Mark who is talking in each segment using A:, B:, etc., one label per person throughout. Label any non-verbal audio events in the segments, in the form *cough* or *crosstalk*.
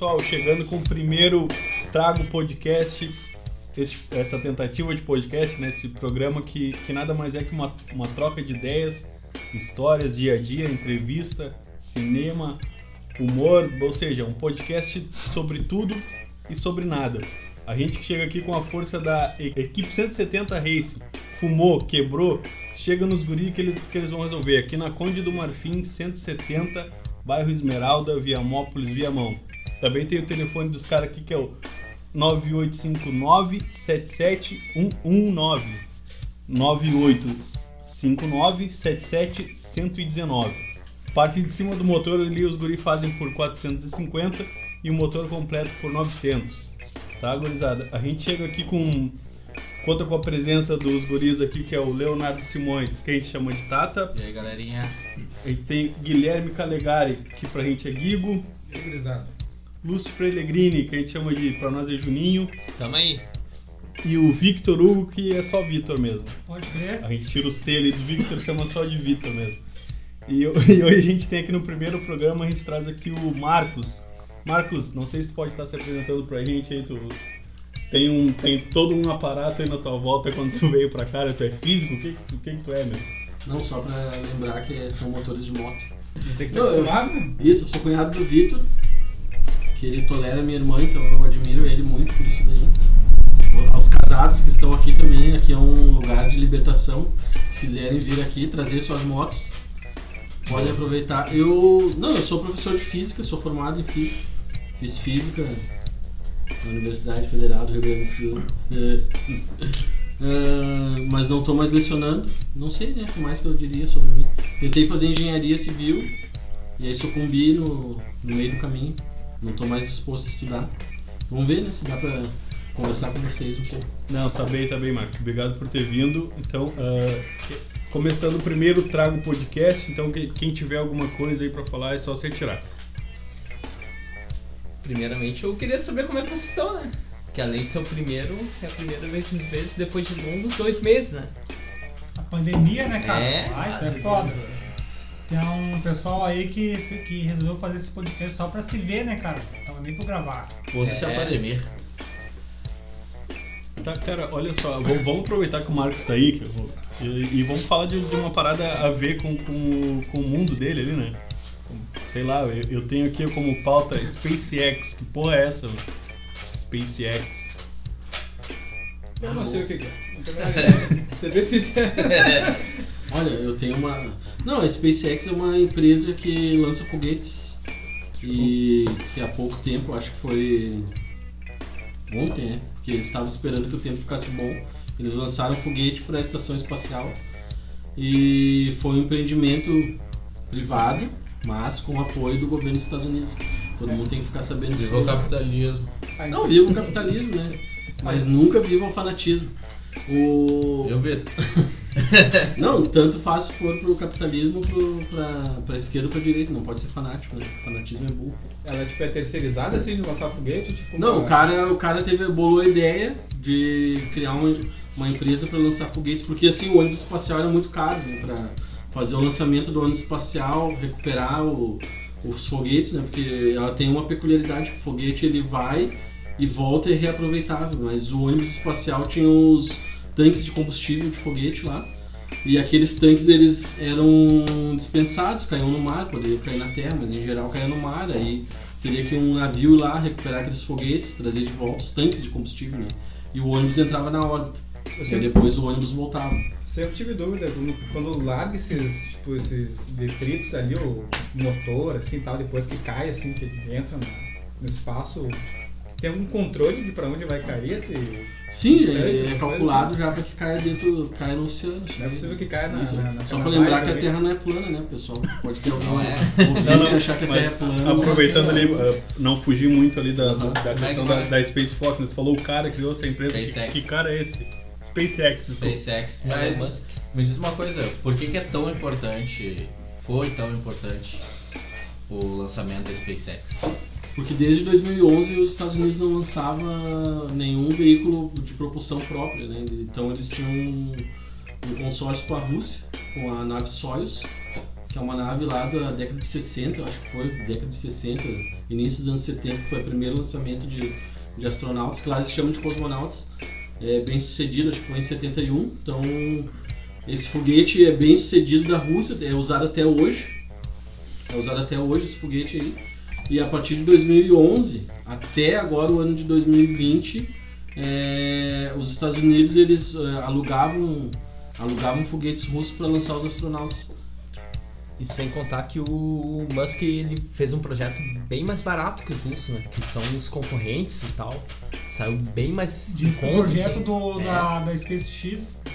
A: Pessoal, chegando com o primeiro Trago Podcast, esse- essa tentativa de podcast, né? Esse programa que, que nada mais é que uma, uma troca de ideias, histórias, dia a dia, entrevista, cinema, humor, ou seja, um podcast sobre tudo e sobre nada. A gente que chega aqui com a força da e- equipe 170 Race, fumou, quebrou, chega nos guri que eles, que eles vão resolver. Aqui na Conde do Marfim, 170, bairro Esmeralda, Viamópolis, Viamão. Também tem o telefone dos caras aqui que é o 9859-77119. 9859-77119. Parte de cima do motor ali os guri fazem por 450 e o motor completo por 900. Tá, gurizada? A gente chega aqui com... Conta com a presença dos guris aqui, que é o Leonardo Simões, que a gente chama de Tata.
B: E aí, galerinha?
A: A gente tem Guilherme Calegari, que pra gente é Guigo. Lúcio Prelegrini, que a gente chama de, pra nós é Juninho,
B: Tamo aí.
A: e o Victor Hugo, que é só Vitor mesmo.
C: Pode crer.
A: A gente tira o C ali do Victor e chama só de Vitor mesmo. E, *laughs* eu- e hoje a gente tem aqui no primeiro programa, a gente traz aqui o Marcos. Marcos, não sei se tu pode estar se apresentando pra gente aí, tu tem, um, tem todo um aparato aí na tua volta quando tu veio pra cá, né? tu é físico? O que, o que que tu é, meu?
B: Não, só pra lembrar que são motores de moto.
C: Tem que ser
B: Não, eu-
C: acostumado, né?
B: Isso, eu sou cunhado do Vitor, que ele tolera minha irmã, então eu admiro ele muito por isso daí. Aos casados que estão aqui também, aqui é um lugar de libertação. Se quiserem vir aqui, trazer suas motos, podem aproveitar. Eu. Não, eu sou professor de física, sou formado em física. Fiz física na Universidade Federal do Rio Grande do Sul. *laughs* É. Ah, mas não estou mais lecionando. Não sei né, o que mais que eu diria sobre mim. Tentei fazer engenharia civil, e aí sucumbi no, no meio do caminho. Não tô mais disposto a estudar. Vamos ver, né? Se dá pra conversar com vocês um pouco.
A: Não, tá bem, tá bem, Marcos. Obrigado por ter vindo. Então, ah, começando o primeiro Trago Podcast, então que- quem tiver alguma coisa aí pra falar é só se atirar.
D: Primeiramente, eu queria saber como é que vocês estão, né? Que além de ser o primeiro, é a primeira vez que nos vejo depois de longos dois meses, né?
C: A pandemia, né, cara?
D: É,
C: Ah, isso é
D: quase
C: foda.
D: dois
C: Tem um pessoal aí que, que resolveu fazer esse podcast só pra se ver, né, cara? Tava nem pra gravar.
B: Foda-se
D: É.
B: a pandemia.
A: Tá, cara, olha só, vamos, vamos aproveitar que o Marcos tá aí que eu vou- e, e vamos falar de, de uma parada a ver com, com, o- com o mundo dele ali, né? Sei lá, eu, eu tenho aqui como pauta SpaceX. Que porra é essa, mano? SpaceX.
E: Eu não sei o que que
B: *laughs*
E: é. Você vê se
B: Olha, eu tenho uma. Não, a SpaceX é uma empresa que lança foguetes.
E: Tá
B: E que há pouco tempo, acho que foi ontem, né? Porque eles estavam esperando que o tempo ficasse bom. Eles lançaram um foguete para a estação espacial. E foi um empreendimento privado, mas com apoio do governo dos Estados Unidos.
E: É.
B: Todo mundo tem que ficar sabendo disso.
E: capitalismo.
B: Não, viva o capitalismo, né? Mas nunca viva o fanatismo. O...
E: Eu, Vitor.
B: Não, tanto faz se for pro capitalismo, pro, pra, pra esquerda ou pra direita. Não pode ser fanático, né? Fanatismo é burro.
E: Ela tipo, é terceirizada assim de lançar foguete? Tipo,
B: Não,
E: uma-
B: o cara, o cara teve, bolou a ideia de criar uma, uma empresa pra lançar foguetes, porque assim, o ônibus espacial era muito caro, né? Pra fazer o lançamento do ônibus espacial, recuperar o- os foguetes, né? Porque ela tem uma peculiaridade, o foguete ele vai e volta e é reaproveitável, mas o ônibus espacial tinha os tanques de combustível de foguete lá, e aqueles tanques eles eram dispensados, caíam no mar, poderiam cair na terra, mas em geral caíam no mar, aí teria que um navio ir lá recuperar aqueles foguetes, trazer de volta os tanques de combustível, né? E o ônibus entrava na órbita.
E: Eu
B: E aí
E: sempre,
B: depois o ônibus voltava.
E: sempre tive dúvida, quando- quando larga esses, tipo, esses detritos ali, o motor, assim tal, depois que cai, assim, que entra na- no espaço, tem algum controle de pra onde vai cair esse. Não
B: Sim,
E: Isso,
B: ele
E: é,
B: é calculado já para que caia dentro, caia no oceano.
E: é possível que caia na.
B: Isso.
E: na, na
B: Só
E: na
B: pra lembrar
E: praia
B: que a
E: também.
B: Terra não é plana, né, pessoal? Pode ter alguém
D: Não é.
B: ouvindo
A: Não, não,
B: e achar que a
A: mas
B: Terra é plana.
A: Aproveitando
B: Nossa,
A: ali, ah, não fugir muito ali da, da
B: Uhum.
D: Como é que
A: questão da,
D: vai?
A: da Space Fox, né? Tu falou o cara que criou essa empresa. que-
D: SpaceX.
A: Que, cara é esse? SpaceX, desculpa.
F: SpaceX.
D: é Elon
F: Mas
D: Musk.
F: me diz uma coisa, por que, que é tão importante, foi tão importante o lançamento da SpaceX?
B: Porque desde 2011 os Estados Unidos não lançava nenhum veículo de propulsão própria, né? Então eles tinham um, um consórcio com a Rússia, com a nave Soyuz, que é uma nave lá da década de 60, eu acho que foi, década de 60, início dos anos 70, que foi o primeiro lançamento de, de astronautas, que lá eles chamam de cosmonautas, é bem sucedido, acho que foi em 71, então esse foguete é bem sucedido da Rússia, é usado até hoje, é usado até hoje esse foguete aí, e a partir de 2011 até agora o ano de 2020 é, os Estados Unidos eles é, alugavam alugavam foguetes russos para lançar os astronautas
D: E sem contar que o Musk ele fez um projeto bem mais barato que os russos, né? Que são os concorrentes e tal. Saiu bem mais de
C: Diz que o
D: conta,
C: projeto
D: assim.
C: do,
D: É.
C: da, da SpaceX,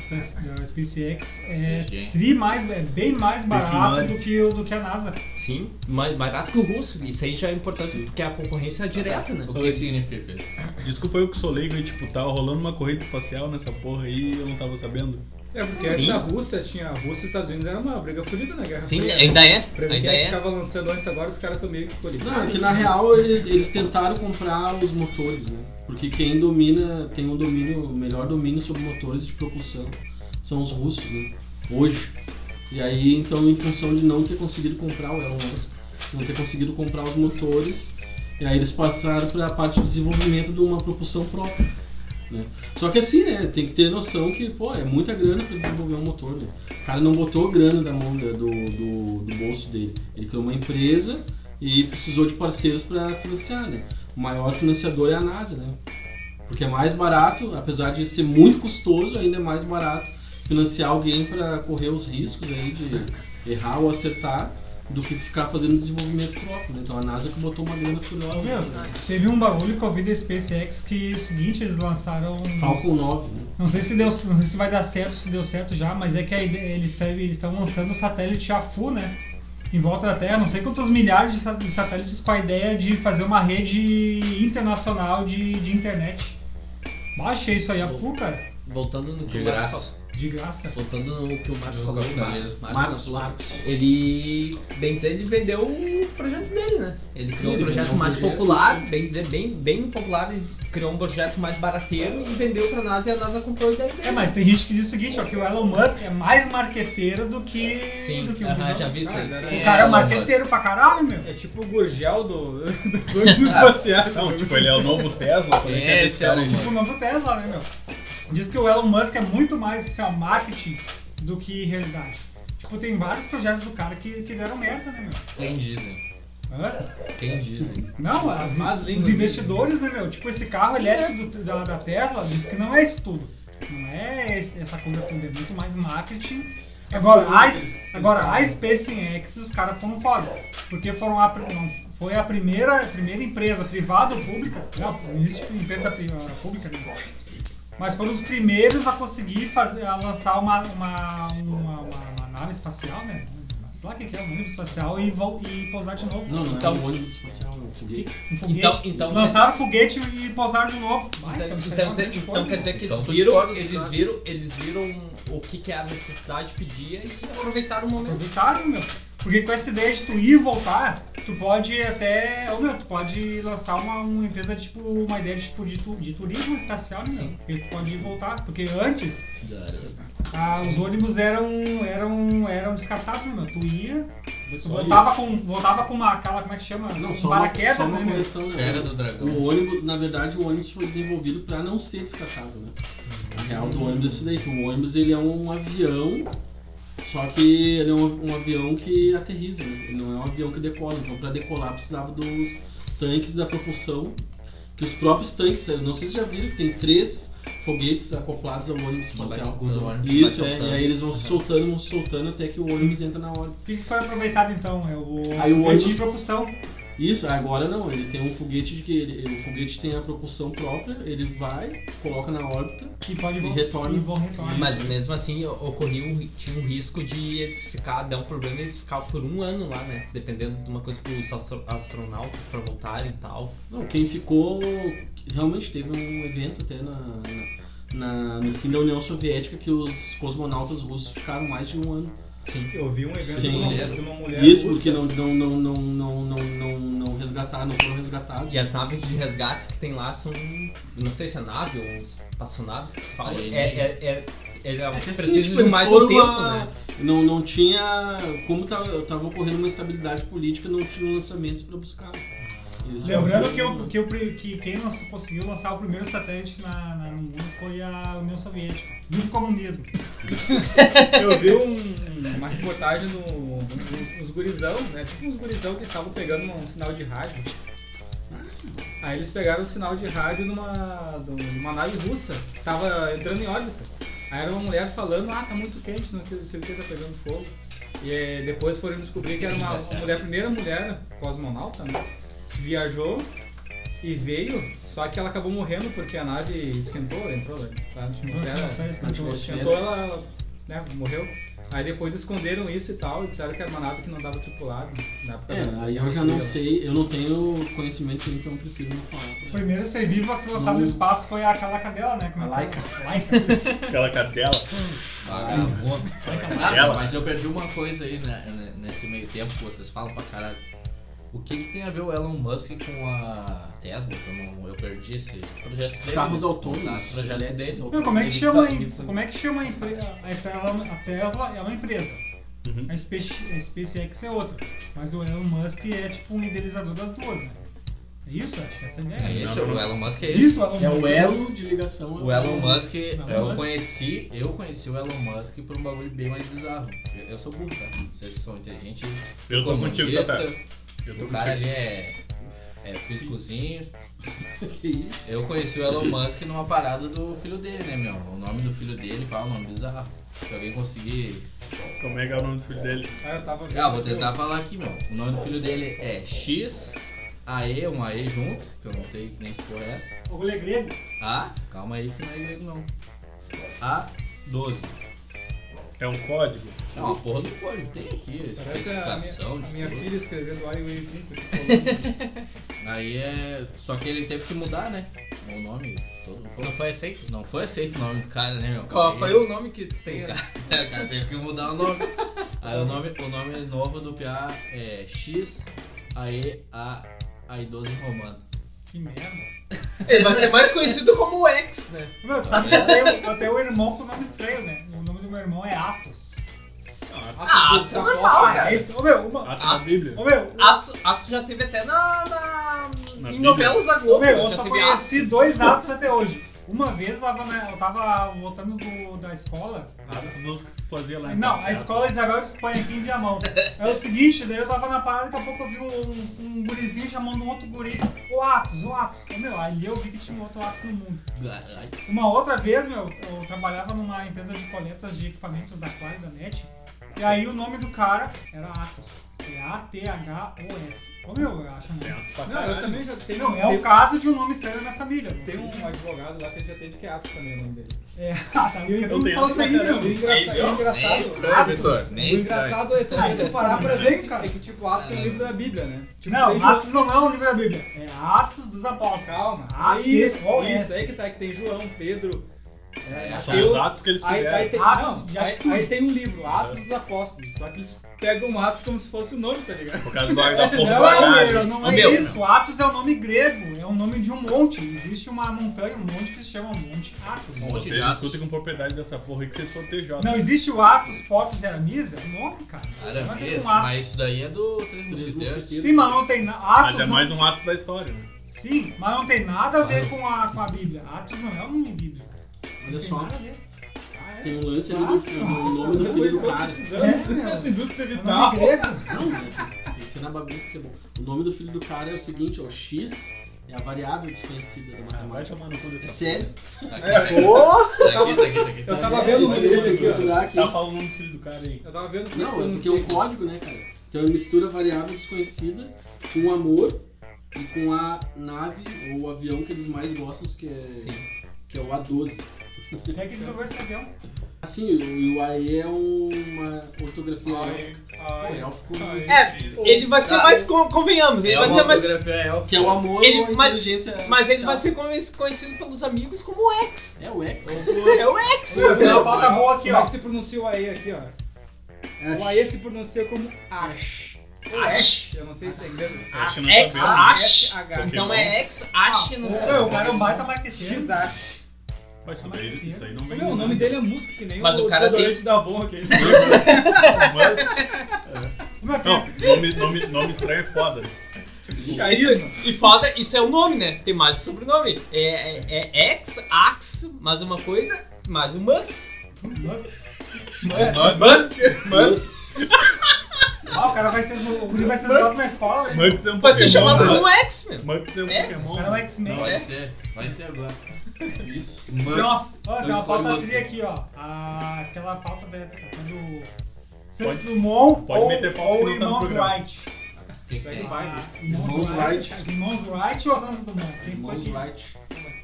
C: Space- da SpaceX, é
F: SpaceX.
C: tri mais, é bem mais barato
E: Money.
C: do que, o- do que a NASA.
D: Sim, mais barato que o russo. Isso aí já é importante porque a concorrência é direta, né?
F: O que significa isso?
A: Desculpa eu que sou leigo e tipo, tava rolando uma corrida espacial nessa porra aí e eu não tava sabendo.
E: É porque
D: Sim.
E: antes da Rússia tinha a Rússia e os Estados Unidos era uma briga fodida na guerra.
D: Sim,
E: Fria.
D: ainda é.
E: Pra ver
D: Ainda
E: quem é que
D: é.
E: ficava lançando antes, agora os caras estão meio que colhidos.
B: não é que na real ele- eles tentaram comprar os motores né porque quem domina tem um domínio o melhor domínio sobre motores de propulsão são os russos né? hoje e aí então em função de não ter conseguido comprar o Elon Musk não ter conseguido comprar os motores e aí eles passaram para a parte de desenvolvimento de uma propulsão própria né? Só que assim, né? Tem que ter noção que, pô, é muita grana pra desenvolver um motor, né? O cara não botou grana da mão né, do, do, do bolso dele. Ele criou uma empresa e precisou de parceiros pra financiar, né? O maior financiador é a NASA, né? Porque é mais barato, apesar de ser muito custoso, ainda é mais barato financiar alguém pra correr os riscos aí de errar ou acertar do que ficar fazendo desenvolvimento próprio, né? Então a NASA que botou uma grana furiosa.
C: Ô, meu, Teve um bagulho que eu vi da SpaceX que é o seguinte, eles lançaram. um-
B: Falcon 9, né?
C: Não sei se deu, não sei se vai dar certo, se deu certo já, mas é que a ideia- eles estão eles tão lançando o satélite Afu, né? Em volta da Terra, não sei quantos milhares de sa- de satélites com a ideia de fazer uma rede internacional de, de internet. Baixa isso aí, Afu, cara.
D: Voltando no que
F: De
D: o Marcos
F: graça.
D: falou-
C: De graça.
D: Voltando no que o Márcio
F: No
D: falou.
F: capitalismo.
D: Marcos,
B: Marcos,
D: não.
B: Marcos.
D: ele, bem dizer, ele vendeu o projeto dele, né? Ele criou um
B: ele
D: projeto
B: vendeu um
D: mais
B: projeto.
D: popular, bem dizer, bem, bem popular, ele criou um projeto mais barateiro e vendeu pra NASA e a NASA comprou a ideia dele.
C: É, mas tem gente que diz o seguinte, ó, que o Elon Musk é mais marqueteiro do que.
D: Sim,
C: do que o
D: aham,
C: Bezão.
D: já vi isso aí.
E: Cara,
C: O
F: É,
C: cara é
F: Elon
C: marqueteiro pra caralho, meu.
E: É tipo o Gurgel do, do doido dos espaciais.
A: Não, tipo, ele é o novo Tesla. né? por exemplo,
F: Esse é o
A: cara aí.
F: Elon
C: Tipo o novo Tesla, né, meu? Diz que o Elon Musk é muito mais assim, ó, marketing do que realidade. Tipo, tem vários projetos do cara que, que deram merda, né, meu?
F: Quem dizem?
C: Hã?
F: Quem dizem?
C: Não, as-
E: Más
C: os
E: línguas.
C: investidores, né, meu? Tipo, esse carro elétrico do- da, da Tesla diz que não é isso tudo. Não é esse- essa coisa toda, é muito mais marketing. Agora, a, agora, a SpaceX, os caras foram foda. Porque foram a, pri- não, foi a primeira, primeira empresa privada ou pública. Não, existe empresa pri- ah, pública, né? Mas foram os primeiros a conseguir fazer, a lançar uma, uma, uma, uma- uma nave espacial, né? Sei lá o que que é, um ônibus espacial e, vol- e pousar de novo.
B: Não, não
D: Então-
B: é um ônibus espacial, é um foguete.
C: Um foguete.
D: Então- então-
C: Lançaram o foguete e pousaram de novo. Vai,
D: Então,
C: isso aí é
D: então,
C: uma
D: então,
C: grande coisa,
D: quer
C: né?
D: dizer que
F: Então,
D: eles
F: tu
D: viram,
F: discorda dos
D: eles
F: caras.
D: viram, eles viram o que, que a necessidade pedia e aproveitaram o momento.
C: Aproveitaram, meu. Porque com essa ideia de tu ir e voltar, tu pode até. Ou meu, tu pode lançar uma, uma empresa, tipo, uma ideia de, tipo, de, tu- de turismo espacial, né? meu?
D: Sim.
C: Porque tu pode ir e voltar. Porque antes,
F: Garoto.
C: Ah, os ônibus eram, eram, eram descartáveis, né? Tu ia, tu
B: Só
C: voltava com, voltava com uma, aquela, como é que chama?
B: Não,
C: Um
B: só uma-
C: paraquedas,
B: só uma
C: né, meu?
B: correção, né?
F: Fera do dragão.
B: O ônibus, na verdade, o ônibus foi desenvolvido para não ser descartável, né? A real do ônibus é isso daí, que o ônibus ele é um avião, só que ele é um, um avião que aterriza, né? Ele não é um avião que decola, então para decolar precisava dos tanques da propulsão, que os próprios tanques, eu não sei se já viram, que tem três foguetes acoplados ao ônibus
F: Não vai
B: espacial.
F: segurando o ônibus,
B: Isso,
F: vai
B: é, e
F: soltando.
B: aí eles vão se soltando, vão se soltando até que o ônibus entra na órbita.
C: O que, que foi aproveitado então? É o
B: Aí o
C: foguete
B: ônibus-
C: de propulsão.
B: Isso, agora não, ele tem um foguete de que ele, ele- o foguete tem a propulsão própria, ele vai, coloca na órbita.
C: E pode
B: E
C: vol-
B: retorna.
C: E vão retorna.
D: Mas mesmo assim o- ocorria um, tinha um risco de eles ficar, dar um problema e eles ficar por um ano lá, né? Dependendo de uma coisa pros astro- astronautas pra voltarem e tal.
B: Não, quem ficou realmente teve um evento até na, na- na- no fim da União Soviética que os cosmonautas russos ficaram mais de um ano.
D: Sim.
E: Eu vi um evento
B: Sim.
E: de uma, de uma mulher.
B: Isso
E: russa.
B: porque não não não não não não não, não resgataram, não foram resgatados.
D: E as naves de resgate que tem lá são. eu Não sei se é nave ou espaçonaves que se fala. É,
F: Alienígena.
D: é, é, ele
B: É que
D: precisa
B: assim, tipo,
D: de
B: eles
D: mais
B: foram
D: um tempo,
B: uma-
D: né?
B: Não, não tinha. Como tava, tava ocorrendo uma estabilidade política, não tinha lançamentos pra buscar. Eles
C: Lembrando
B: faziam-
C: que, eu, que, eu, que quem lanç- conseguiu lançar o primeiro satélite na, na- no mundo foi a União Soviética. No comunismo.
E: *laughs* Eu vi um- uma reportagem no, nos, nos gurizão, né? Tipo uns gurizão que estavam pegando um sinal de rádio. Ah, Aí eles pegaram o sinal de rádio numa, numa nave russa, que tava entrando em órbita. Aí era uma mulher falando, ah, tá muito quente, não sei, não sei o que, tá pegando fogo. E eh, depois foram descobrir que era uma, uma mulher, a primeira mulher cosmonauta, né? que Viajou e veio, só que ela acabou morrendo porque a nave esquentou, entrou né, na atmosfera.
B: Na atmosfera.
E: Esquentou, ela Então, né, morreu. Aí depois esconderam isso e tal, e disseram que era uma nave que não estava tripulada. Na época da-
B: É, aí eu já não sei, eu não tenho conhecimento, então eu prefiro não falar.
C: O
B: Pra...
C: primeiro ser vivo a ser lançado no espaço foi aquela cadela, né? Como é que
B: A Laika.
C: é? Laika.
A: Aquela cartela.
F: Vagabundo. Ah,
A: Ela.
F: mas eu perdi uma coisa aí né, né, nesse meio tempo que vocês falam pra caralho. O que, que tem a ver o Elon Musk com a Tesla? Que Eu, não- eu perdi esse projeto
B: Os
F: dele.
B: carros
F: esse
B: autônomos.
F: contato, projeto
B: elétricos
F: dele.
C: Não,
B: autônomos.
C: como é que
D: Ele
C: chama,
F: tá
D: fa-
C: em-
D: ele foi-
C: como é que chama a, empre- a Tesla? A Tesla é uma empresa.
A: Uhum.
C: A, Space, a SpaceX é outra. Mas o Elon Musk é tipo um idealizador das duas, né? É isso? Acho que essa é a
F: É
C: ideia.
F: esse, o Elon Musk é esse.
C: Isso, Elon
B: É
C: Musk.
B: o elo de ligação.
F: O Elon Musk,
C: Elon
F: eu
C: Musk.
F: conheci, eu conheci o Elon Musk por um bagulho bem mais bizarro. Eu, eu sou burro, tá? Vocês são inteligentes.
A: Eu tô contigo,
F: economista,
A: Tatá. Eu tô
F: O cara
A: contigo.
F: ali é, é físicozinho.
B: Que
F: *laughs*
B: isso?
F: Eu conheci o Elon Musk numa parada do filho dele, né, meu? O nome do filho dele, pá, um nome bizarro. Se alguém conseguir.
A: Como é que é o nome do filho dele?
E: Aí eu tava
F: Ah, vou tentar falar aqui, meu. O nome do filho dele é X, AE, um AE junto, que eu não sei nem que porra é essa.
C: O Olê grego.
F: A, calma aí que não é grego não. A12.
A: É um código?
F: É uma porra do código, tem aqui,
E: Parece a minha,
F: especificação
E: a
F: é de
E: minha
F: tudo.
E: filha escrevendo I Way 5.
F: Aí é. Só que ele teve que mudar, né? O nome todo.
D: Não foi aceito?
F: Não foi aceito o nome do cara, né, meu?
D: Qual
F: Aí-
D: foi o nome que tu tem?
F: O cara, o É, cara teve que mudar o nome. Aí o nome, o nome novo do PA é X AE A AI12 Romano.
C: Que merda.
G: É,
D: Ele vai ser mais conhecido como X, né?
C: Meu, tu sabe que eu tenho, eu tenho um irmão com nome estranho, né? O nome do meu irmão é Atos.
D: Ah,
F: tá
D: isso é normal,
C: Ah, é
D: cara.
C: isso. Ô meu, uma.
A: Atos da Bíblia.
C: Ô meu,
D: Atos, Atos já teve até na. na-
A: Na
D: em
A: Bíblia.
D: novelas da
C: ô
D: Globo.
G: né?
C: meu, eu
D: já
C: só
D: teve Atos.
C: conheci dois Atos até hoje. Uma vez eu tava, na- eu tava voltando do- da escola.
A: Atos dos que fazia lá em
C: Não,
A: casa.
C: a escola Isabel de Espanha aqui em Viamão. É o seguinte, daí eu tava na parada, daqui a pouco eu vi um, um gurizinho chamando um outro guri. O Atos, o Atos. Ô meu, aí eu vi que tinha um outro Atos no mundo.
F: Caralho.
C: Uma outra vez, meu, eu trabalhava numa empresa de coletas de equipamentos da Claro e da NET. E aí o nome do cara era Atos. É A-T-H-O-S. Ô meu, eu acho
A: É,
C: muito.
A: Atos pra
E: Não, eu
A: caralho.
E: também já tenho.
C: Não, é o caso de um nome estranho na família.
E: Tem um advogado lá que ele já teve que atos também o nome dele.
C: É, ah, tá vendo?
A: Eu tenho
C: Não fala isso aí,
A: essa
C: meu.
E: O engraçado,
A: viu?
E: o engraçado,
B: É
F: Nem estranho, Vitor.
E: o
F: Nem estranho.
E: engraçado é tu
C: Ah,
E: tu parar pra ver,
C: cara.
E: cara. É que tipo, Atos é o livro da Bíblia, né? Tipo, tem
C: Não,
E: João-
C: Atos não é um livro da Bíblia. É Atos dos Apóstolos. Ah,
E: Calma.
B: É
C: Atos,
E: isso,
C: ó,
E: isso. Aí que tá, que tem João, Pedro.
F: É,
E: Mateus.
A: São os atos que eles
E: Aí,
A: fizeram.
E: aí tem,
C: Atos
E: não,
C: de
E: aí,
C: atitude.
E: aí tem um livro, Atos dos Apóstolos. Só que eles pegam Atos como se fosse o nome, tá ligado?
A: Por causa do ar da porra da
C: Não, é
A: casa.
C: meu, não
D: Ô,
C: é
D: meu.
C: isso. Atos é o nome grego, é o nome de um monte. Existe uma montanha, um monte que se chama Monte Atos.
F: Um monte de
A: Vocês
F: atos.
A: escutem com propriedade dessa porra aí que vocês são TJ.
C: Não existe o Atos, Portos e Aramis? É o nome, cara. Não tem
F: Aramês,
C: um Atos.
F: mas isso daí é do Três
B: Três
F: Mosquiteiros.
B: mosquiteiros.
C: Sim, mas não tem na- Atos.
A: Mas é
C: não-
A: mais um ato da história, né?
C: Sim, mas não tem nada a ver
F: Claro.
C: com a, com a Bíblia. Atos não é um nome bíblico. Não
B: Olha
C: tem
B: só.
C: nada a ver. Ah, é?
B: Tem um lance ali do filme,
E: tá.
B: o nome do filho do cara.
C: É, meu.
E: Essa indústria
C: É um
E: vital.
C: nome grego.
B: Não, né? tem que ser na bagunça que é bom. O nome do filho do cara é o seguinte, ó, X é a variável desconhecida da
A: Vai
B: matemática.
A: tomar no cu
B: É
A: dessa
B: sério?
F: Tá aqui, tá aqui, tá aqui, tá aqui, tá
E: Eu
F: aqui.
E: tava
B: É,
E: vendo o
B: isso
E: nome
B: aí
E: dele
B: eu vou
E: aqui, ó.
B: procurar
A: porra. Tá falando o nome do filho do cara aí.
E: Eu tava vendo
B: Não, é porque é
E: pronunciei.
B: um código, né, cara? Então ele mistura a variável desconhecida com o amor e com a nave ou o avião que eles mais gostam, que é,
D: Sim.
B: que é o A12.
C: É que eles vão esse avião.
B: Assim, o, o AE é uma ortografia élfica. Pô, élfico, né? mas-
D: É, ele vai ser mais. con- Convenhamos, ele
F: É
D: vai
F: uma
D: ser mais.
F: fotografia élfica.
B: que é o amor
D: Ele-
B: ou a
D: mas-
B: inteligência
D: Mas ele
B: artificial.
D: vai ser conhe- conhecido pelos amigos como X.
B: É o X.
D: É o X!
E: Ui,
C: Tem uma
E: não,
C: pauta
E: não.
C: boa aqui,
E: Como é
C: ó.
E: que se pronuncia o AE aqui, ó? O
B: É,
E: AE se pronuncia como ASH. Ou
D: Ash.
E: Eu não sei se é grande.
A: A gente não
D: X,
A: sabia.
D: Ash.
E: SH.
D: Então é X, Ash, não sei.
C: Meu, o cara é um baita marqueteiro.
E: X-ASH.
A: Mas isso, daí,
C: inteiro.
A: isso aí não vem.
E: Não, o nome dele é Musk, que nem
G: Mas
E: o,
G: o cara tem-
E: desodorante da Avon aquele.
A: Mas,
C: Mas,
A: não, nome, nome, nome estranho é foda.
G: Isso- e foda, isso é o nome, né? Tem mais o sobrenome. É, é, é X, Ax, mais uma coisa, mais um Mux. Musk. Musk.
C: Ah, o cara vai ser zo- o guri vai ser zoado na escola, velho.
A: Mux é um
G: Vai ser
A: Pokémon,
G: chamado
A: né?
G: como X, meu.
A: Mux é um
G: X,
A: Pokémon.
C: O cara vai X-Men.
F: Vai
G: é.
F: ser, vai ser agora.
A: Isso.
F: Mano,
C: Nossa, ó, tem
F: Eu
C: uma
F: escolho
C: pauta
F: você.
C: fria aqui, ó. Ah, aquela pauta da época quando Santos Dumont
A: pode
C: ou,
A: meter pau
C: ou
A: que não tá no
C: Irmãos
A: programa.
C: Wright.
F: o que é? que tem?
C: Ah,
B: Irmãos Wright.
C: Irmãos Wright ou Santos Dumont? Quem foi
B: Irmãos
C: que...
B: Wright.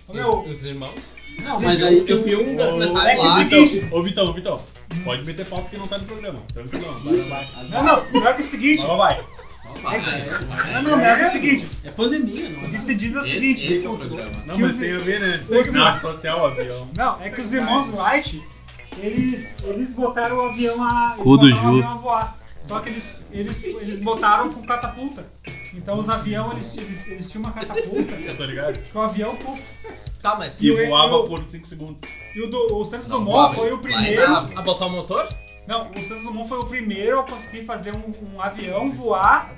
C: Ô, Meu,
D: Os irmãos?
B: Não, mas aí tem
G: Eu vi um da
A: É
G: começar
A: que é o
G: lá.
A: seguinte, ô Vitão, ô Vitão, pode meter pauta que não tá no programa. Tranquilão, vai, vai, vai.
B: então.
C: não, não, pior que é o seguinte.
A: Mas vai.
F: Vai, vai.
C: Não, não, pior que é o seguinte.
B: É pandemia, não
C: O
B: é?
C: que se diz é o
F: né? Esse-
C: seguinte.
F: Esse é o programa.
A: Não,
C: Que
A: mas
C: os-
A: tem a ver, né?
C: os-
A: Nave espacial, avião.
C: Não, é que os irmãos Wright, eles, eles botaram o avião a. Cu do Ju. avião a voar. Só que eles, eles, eles botaram com catapulta. Então os aviões, eles, eles, eles tinham uma catapulta,
A: Tá ligado?
C: que o avião, puf.
G: Tá, mas.
A: E
C: Eu-
A: voava
C: eu-
A: por 5 segundos.
C: E o, do, o Santos
F: Não,
C: Dumont
F: vai,
C: foi o
F: vai
C: primeiro.
F: lá.
G: A botar o motor?
C: Não, o Santos Dumont foi o primeiro a conseguir fazer um, um avião voar.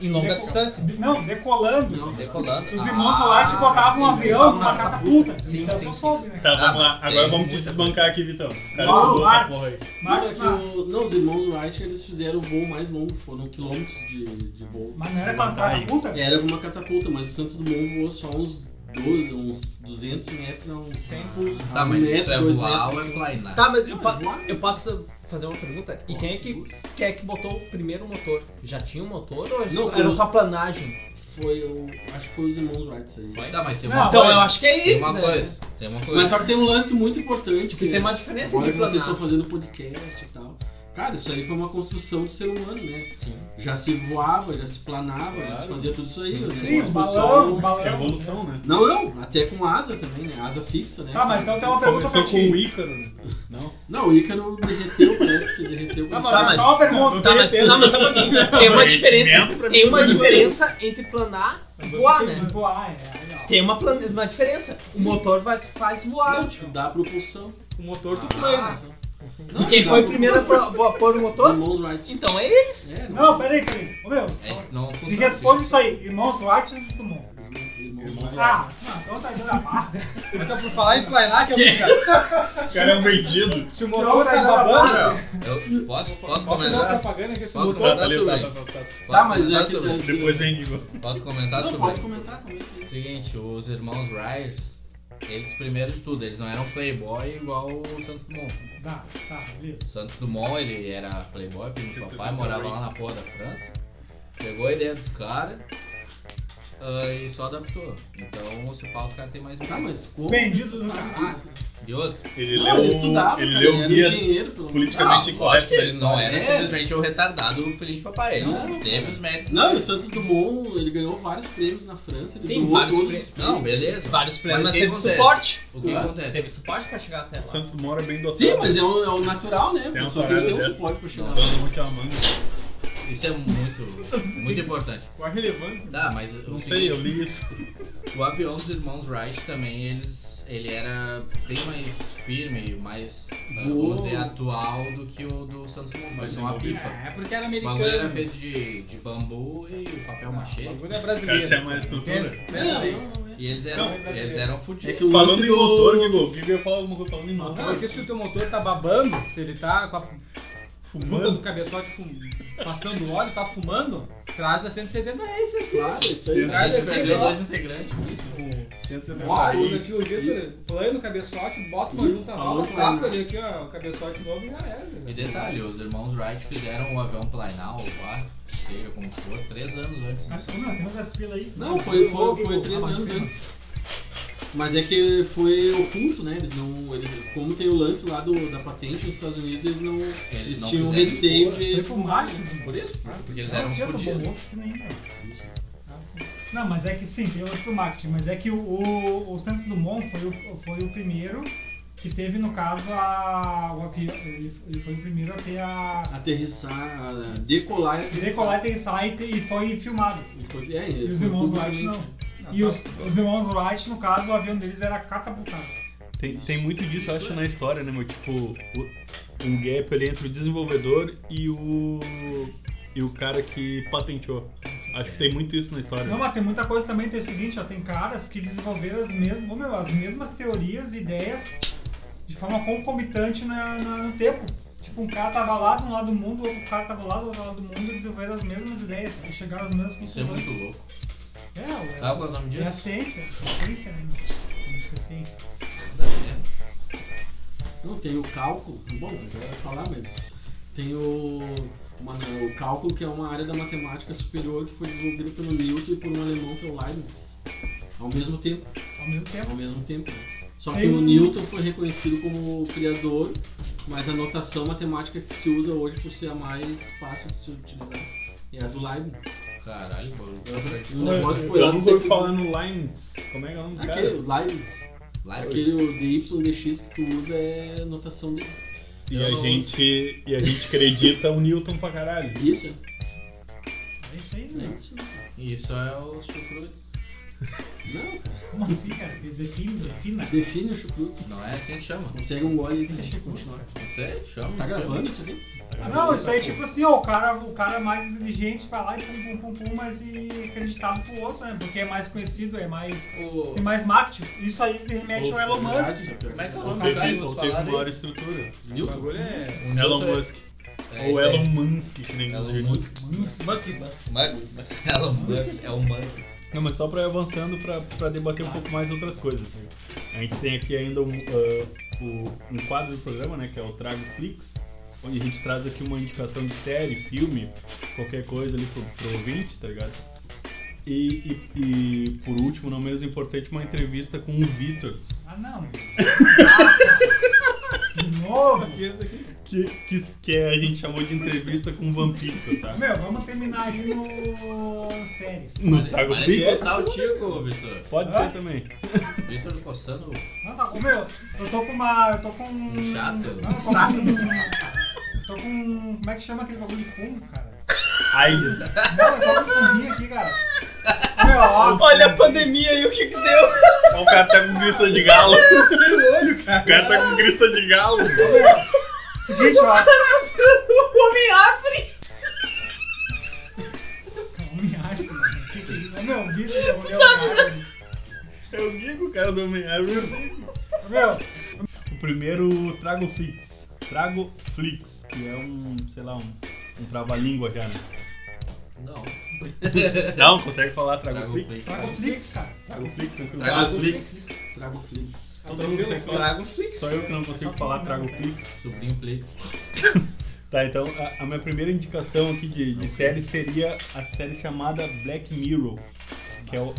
G: Em longa
C: deco-
G: distância.
C: de- não, decolando.
B: Não,
F: Decolando.
C: Os
F: Ah,
C: irmãos Wright botavam um
B: eles
C: avião com
B: usavam
C: uma
B: uma
C: catapulta.
B: Sim,
C: então
B: sim,
C: eu
B: sim.
C: soube, né?
A: Tá,
F: Ah,
A: vamos
F: mas
A: lá.
F: tem
A: Agora vamos te
F: muita
A: desbancar aqui, Vitão. O cara
C: Não,
A: estudou essa
C: Ah, Marcos.
A: porra aí.
B: Mas
C: Marcos
B: que
C: na.
B: o- não, os irmãos Wright eles fizeram o voo mais longo, foram quilômetros de, de voo.
C: Mas não era com a catapulta?
B: É, Era uma catapulta, mas o Santos Dumont voou só uns, 12, uns 200 metros, não, uns 100 pulsos.
F: Tá,
B: Um
F: mas isso é
B: dois
F: voar ou
B: metros.
F: é planar?
G: Tá, mas eu,
B: Não,
G: pa-
B: é voar.
G: eu posso fazer uma pergunta? E quem é que, quem é que botou o primeiro motor? Já tinha um motor ou
B: Não,
G: era
B: eu-
G: só planagem?
B: Foi o. Acho que foi os irmãos Wright isso aí.
F: Tá, mas tem
C: Não,
F: uma
G: Então eu
F: coisa.
G: acho que é
F: Tem
G: isso,
F: uma
G: né?
F: coisa. Tem uma coisa.
B: Mas só que tem um lance muito importante.
G: Porque tem uma diferença
B: Agora
G: entre
B: que vocês estão
G: planar.
B: fazendo podcast e tal. Cara, isso aí foi uma construção do ser humano, né?
G: Sim.
B: Já se voava, já se planava, já se fazia tudo isso aí. né?
C: Sim, os
B: Mas
C: balão, os
A: É a
C: balão.
A: evolução, né?
B: Não, não, até com asa também, né? Asa fixa, né?
C: Tá, mas então tem uma pergunta pra
A: Começou com
C: ti.
A: o Ícaro, né? Não?
B: Não, o Ícaro derreteu, parece que derreteu.
C: Tá,
B: quando
C: mas,
G: Tá,
B: tava-
G: mas-
C: só uma pergunta.
G: Tá, mas, não, mas só um pouquinho. Tem uma
A: Mas
G: diferença,
A: dentro pra mim,
G: tem uma
A: tudo bem.
G: diferença entre planar e voar,
C: Tem
G: né?
C: que voar, é, aí, ó.
G: Tem uma, plan- uma diferença. O motor vai, faz voar.
B: Não, tipo, dá a propulsão.
E: O motor do
G: Ah.
E: plano.
B: Não,
G: E quem
B: dá
G: foi o
B: pro-
G: primeiro a pro- vo- pôr o
B: Os
G: motor?
B: irmãos Wright.
G: Então é eles.
B: É,
C: Não, peraí, peraí. Ô meu,
F: É, não
C: me
F: funciona
C: responde
F: assim.
C: isso aí. Irmãos Duarte ou Dumont?
B: Irmãos Wright.
C: Ah, não, então tá dando a barra.
E: Fica por falar em planar, que é um cara.
A: O cara é um vendido.
E: Se o motor tá babando,
F: Não, eu posso, posso
E: posso fazer uma
F: comentar?
E: propaganda que esse
F: Posso
E: motor.
A: Tá,
F: comentar
A: tá,
F: sobre?
A: tá, tá, tá.
F: Posso
B: Tá, mas
F: comentar
B: é que
F: sobre?
B: tá-
A: Depois vem Digo.
F: Posso comentar
B: Não,
F: sobre?
B: pode comentar também. né? que-
F: Seguinte, os irmãos Ryers, eles primeiro de tudo, eles não eram playboy igual o Santos Dumont.
C: Tá, tá, beleza.
F: O Santos Dumont, ele era playboy, filho do papai, morava lá na porra da França. Pegou a ideia dos caras ah, e só adaptou. Então, se pá, os caras têm mais
B: Tá,
F: medo.
B: mas como?
C: Vendidos do
B: Sabe
C: caralho.
B: disso?
F: E outro,
A: Ele
B: Não,
A: leu
B: ele estudava, né?
A: o- ele
B: cara,
A: leu o
B: era
A: guia
B: engenheiro, pelo menos.
A: politicamente
F: Ah,
A: correto.
F: lógico que ele não era
B: É.
F: simplesmente o retardado filhinho de papai. Ele
B: Não.
F: teve os méritos.
B: Não, e o Santos Dumont, ele ganhou vários prêmios na França, ele
G: Sim,
B: ganhou
G: vários
B: todos
G: prêmios.
B: os prêmios.
F: Não, beleza.
G: Vários planos,
F: Mas
G: mas
F: quem
G: teve
F: acontece?
G: suporte.
F: O que
B: Claro.
G: Teve
F: acontece?
G: suporte pra chegar até
A: O
G: lá.
A: Santos Mora é bem dotado.
B: Sim, mas é o, é o natural, né?
A: Tem
B: Tem
A: uma
B: Só tem
A: parada
B: que ter um
A: dessa.
B: suporte pra chegar lá.
A: Nossa, eu vou te amando.
F: Isso é muito, muito importante.
E: Qual a relevância?
F: Tá, mas o
A: Não
F: seguinte,
A: sei, eu li isso.
F: O avião dos irmãos Wright também, eles, ele era bem mais firme, mais, ah,
B: Voou.
F: vamos dizer, atual do que o do Santos Dumont. Parecia uma pipa.
E: É, porque era
F: O
E: americano.
F: bagulho era feito de, de bambu e papel
E: O
F: machê.
E: bagulho é
A: O cara tinha
E: brasileiro.
A: mais estrutura.
B: É, não, não, é.
F: E eles eram,
A: Não,
F: eles eram
B: É
F: fudidos.
B: que o
A: Falando
B: lance
A: em
B: do-
A: motor, Guigo, o Guigo ia falar alguma coisa falando em
E: Não,
A: motor.
E: porque se o teu motor tá babando, se ele tá com a junta do
A: Fumando.
E: cabeçote fum... passando óleo, tá fumando, traz a 170
B: É
E: Racer,
B: Claro, isso aí.
F: A gente
E: Cara,
F: perdeu
E: é
F: dois integrantes por isso.
E: Ó,
B: Isso,
E: usa aqui o
B: isso.
E: Vitor, plano, cabeçote, bota uma
B: Isso,
E: junta
B: tá, falou
E: nova,
B: plano.
E: tapa ali aqui, ó, o cabeçote novo e já era. velho.
F: E detalhe, os irmãos Wright fizeram o avião planar, ou lá, seja como for, três anos antes do
C: Mas,
F: Santos.
C: ô, meu, tem umas filas aí.
B: Não, foi,
C: Ô,
B: foi, foi
C: Gugu,
B: três
C: calma,
B: anos
C: calma.
B: antes. Mas é que foi oculto, né? Eles não. Eles, como tem o lance lá do, da patente nos Estados Unidos, eles não. Eles,
F: Eles não
B: tinham um
F: quiseram
B: receio
F: impor.
B: de.
C: Foi fumar, né?
F: Por isso? Porque eles
C: Não
F: eram
C: adianta,
F: fodidos.
C: bom, oficina aí, né? Não, mas é que sim, tem outro marketing, mas é que o, o, o Santos Dumont foi o, foi o primeiro que teve, no caso, a, o avião, ele, ele foi o primeiro a ter a
B: Aterrissar, a decolar e aterrissar.
C: decolar, aterrissar e, te- e foi filmado.
B: E foi, é,
C: E os irmãos Wright não.
E: Ah,
C: E
E: tá.
C: os, os irmãos Wright, no caso, o avião deles era catapultado.
A: Tem, tem muito disso, eu acho, na história, né, meu? Tipo, o- um gap ali entre o desenvolvedor e o. e o cara que patenteou. Acho que tem muito isso na história.
C: Não, mas tem muita coisa também, tem o seguinte, ó, tem caras que desenvolveram as mesmas, ô, meu, as mesmas teorias e ideias de forma concomitante na, na- no tempo. Tipo, um cara tava lá de um lado do mundo, outro cara tava lá do outro lado do mundo e desenvolveram as mesmas ideias e chegaram às mesmas
F: Isso é
C: conclusões.
F: muito louco.
C: É,
F: Sabe qual é o nome
C: é, é a
F: disso?
C: ciência, é a ciência, né? meu? Isso é ciência.
B: Não, tem o cálculo. Bom, eu já ia falar, mas tem o, uma- o cálculo, que é uma área da matemática superior que foi desenvolvida pelo Newton e por um alemão que é o Leibniz. Ao mesmo tempo.
C: Ao mesmo tempo.
B: Ao mesmo tempo. né? Só que
C: Tem
B: o
C: um-
B: Newton foi reconhecido como o criador, mas a notação matemática que se usa hoje por ser a mais fácil de se utilizar é a do Leibniz.
F: Caralho, bagulho. tá
B: O
A: Eu,
B: negócio
A: eu,
B: foi lá
A: não
B: no
A: vou
B: século
A: falar no Lines. Como é que é o nome do
B: Aquele,
A: cara?
B: o Leibniz.
F: Live.
B: Aquele o DY, DX que tu usa é notação de.
A: E
B: eu
A: a,
B: não-
A: gente, e a gente acredita o Newton pra caralho.
B: Isso,
C: É isso aí,
B: é
C: né?
B: isso.
F: Isso é os chucrutes.
B: Não, cara.
F: É.
C: Como assim, cara? Define, defina.
B: define o chucrute.
F: Não é assim que chama.
B: Consegue um gole aí, deixa eu continuar.
F: Não sei, chama.
B: Tá
F: isso é
B: gravando isso aqui?
C: Ah, não, isso aí tipo assim, ó, o cara, o cara mais inteligente vai lá e pum, pum, pum, pum, mas e acreditado pro outro, né? Porque é mais conhecido, é mais.
F: chama. O...
C: tem mais marketing. Isso aí remete
B: Tá
C: ao Elon Musk.
F: Como é que é o
A: Ou
F: nome do cara
A: teve,
F: que vocês
A: ou teve
F: falaram?
A: uma
F: aí?
A: maior estrutura.
E: O bagulho é.
F: Um
A: Elon
F: outro é-
A: Musk.
F: é
A: ou
F: esse aí.
A: Elon Musk, que nem
F: Elon
A: diz. né?
F: Musk. Max. Elon Musk é o Musk.
A: Não, mas só pra ir avançando pra, pra debater um pouco mais outras coisas. A gente tem aqui ainda um, ah, o- um quadro do programa, né? Que é o Trago Flix, onde a gente traz aqui uma indicação de série, filme, qualquer coisa ali pro, pro ouvinte, tá ligado? E, e- e, por último, não menos importante, uma entrevista com o Vitor,
C: Ah, não. *laughs* De novo.
A: que, que, que a gente chamou de entrevista com o Vampito, tá?
C: Ah, Meu, vamos terminar aí no. séries.
A: No Trago
F: Para de
A: Flix?
F: coçar o tico, Vitor.
A: Pode
C: Ah.
A: ser também.
F: Vitor coçando
C: Não, tá, meu, eu tô com uma. Eu tô com.
F: um chato.
C: Não, eu tô com. Tô com. Como é que chama aquele bagulho de fumo, cara?
A: AIDS.
C: Não, eu tô com um fuminho aqui, cara. Meu, ó,
G: Olha a pandemia e o que que deu?
A: Ó, O cara tá com crista de galo. O cara tá com crista de galo.
C: Seguinte, ó.
G: O homem abre!
C: Homem árvore, mano. Que que é isso? Meu, o bicho que eu olhei o cara.
A: É o Gigo, cara do homem
C: Meu,
A: *laughs* O primeiro Trago Flix. Trago Flix, que é um, sei lá, um, um trava-língua já, né?
F: Não.
A: *laughs* Não, consegue falar Trago,
F: Trago
A: Flix?
F: Flix.
C: traga o Flix, cara.
A: Trago Flix, tranquilo.
F: Trago
B: Trago
F: Flix.
B: Trago Flix.
A: Todo mundo consegue falar.
G: Trago Flix.
A: Só eu que não consigo falar Trago Flix.
F: Sobrinho Flix.
A: Tá, então a, a minha primeira indicação aqui de, de série seria a série chamada Black Mirror. Que é o.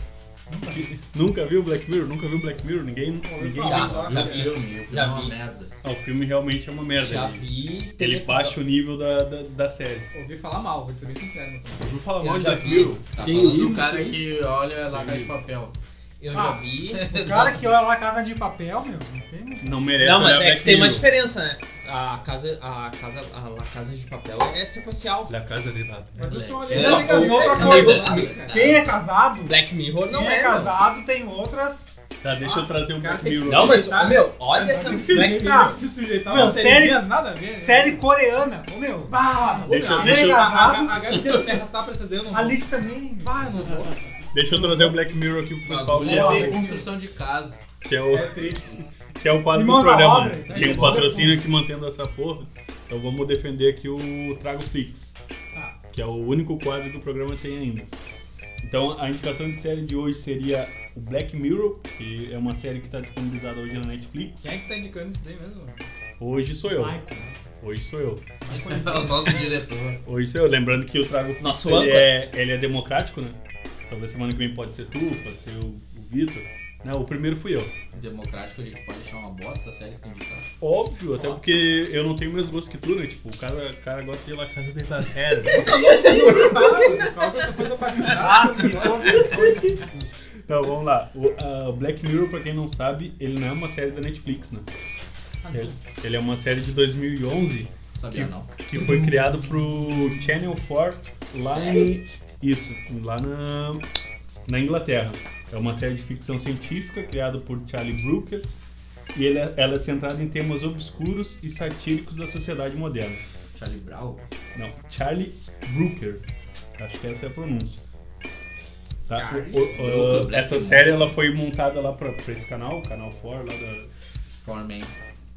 A: que- nunca viu Black Mirror? Nunca viu Black Mirror? Ninguém. ninguém
E: falar.
A: vê.
F: Já, já vi o filme. O filme
G: Já
F: é uma
G: vi.
F: merda.
A: Ah, o filme realmente é uma merda.
D: Já
A: ele-
D: vi. tem
A: Ele
D: episódio-
A: baixa o nível da, da, da série.
E: Ouvi falar mal, vou ser bem sincero. meu pai.
A: Eu vou falar
D: Eu
A: mal de
D: já
A: Black
D: vi.
A: Mirror.
F: Tá
B: Tem
F: falando
B: isso
F: do cara
B: aí?
F: que olha lá caixa de papel.
D: Eu
C: Ah.
D: já
A: *laughs*
D: vi.
C: O cara que olha lá Casa de Papel, meu, não tem muito.
A: Não merece.
G: Não, mas
A: olhar
G: é que
A: Black
G: tem uma
A: Mirror.
G: diferença, né? A casa, a casa, a La casa de papel é sequencial.
A: Da casa de nada.
C: Mas eu sou uma
F: É,
C: lenda, tem outra coisa. Quem é casado,
G: Black Mirror não
C: quem
G: é.
C: é
G: mano.
C: casado tem outras.
A: Tá, deixa eu trazer um
E: cara,
A: Black
E: tem
A: Mirrul.
G: Não, mas, ô, meu, olha essa Black
C: Tá,
E: Se sujeitar
C: Meu,
E: uma
C: série-
E: de nada a ver. né?
C: série coreana, ô meu. Bah,
A: Deixa eu-
C: quem
A: deixa
C: é
A: eu-
C: casado,
E: A, a Gabi Terra Terra está precedendo.
C: a Liz também.
E: Ah, eu não vou.
A: Deixa eu trazer o Black Mirror aqui pro pessoal
F: Bagulho
A: ver,
F: é
C: Vamos lá,
F: ter
C: Black
F: construção de casa.
A: que é o,
E: É triste.
A: que é o quadro do
C: Irmãos à
A: programa.
C: obra,
A: né?
C: tá
A: Tem um
C: bom.
A: patrocínio aqui mantendo essa porra. Então vamos defender aqui o Trago Flix,
C: Tá.
A: que é o único quadro que o programa tem ainda. Então a indicação de série de hoje seria o Black Mirror, que é uma série que está disponibilizada hoje na Netflix.
E: Quem é que tá indicando isso daí mesmo?
A: Hoje sou eu.
C: Michael.
A: Hoje sou eu.
F: *laughs* É o nosso diretor.
A: Hoje sou eu. Lembrando que o Trago Flix
G: Nosso
A: ele
G: âncora.
A: é, ele é democrático, né? Talvez semana que vem pode ser tu, pode ser o, o Vitor. Não, o primeiro fui eu.
F: Democrático, a gente pode achar uma bosta a série que indicar.
A: Óbvio, até porque eu não tenho o mesmo gosto que tu, né? Tipo, o cara, o cara gosta de ir lá casa deitar *laughs* terra.
E: Só que eu tô fazendo parte.
C: Ah, sim, então,
A: Então, vamos lá. O ah, Black Mirror, pra quem não sabe, ele não é uma série da Netflix, né? Ele, ele é uma série de 2011
F: Sabia
A: Que-
F: não.
A: que foi criado pro Channel 4 lá em... Isso, lá na, na Inglaterra. É uma série de ficção científica criada por Charlie Brooker e ele é- ela é centrada em temas obscuros e satíricos da sociedade moderna.
F: Charlie Brown.
A: Não, Charlie Brooker. Acho que essa é a pronúncia. Tá?
F: Charlie
A: O- o-
F: Brooker, Black
A: essa
F: Mirror.
A: série ela foi montada lá pra, pra esse canal, o canal 4 lá da,
F: Foreman.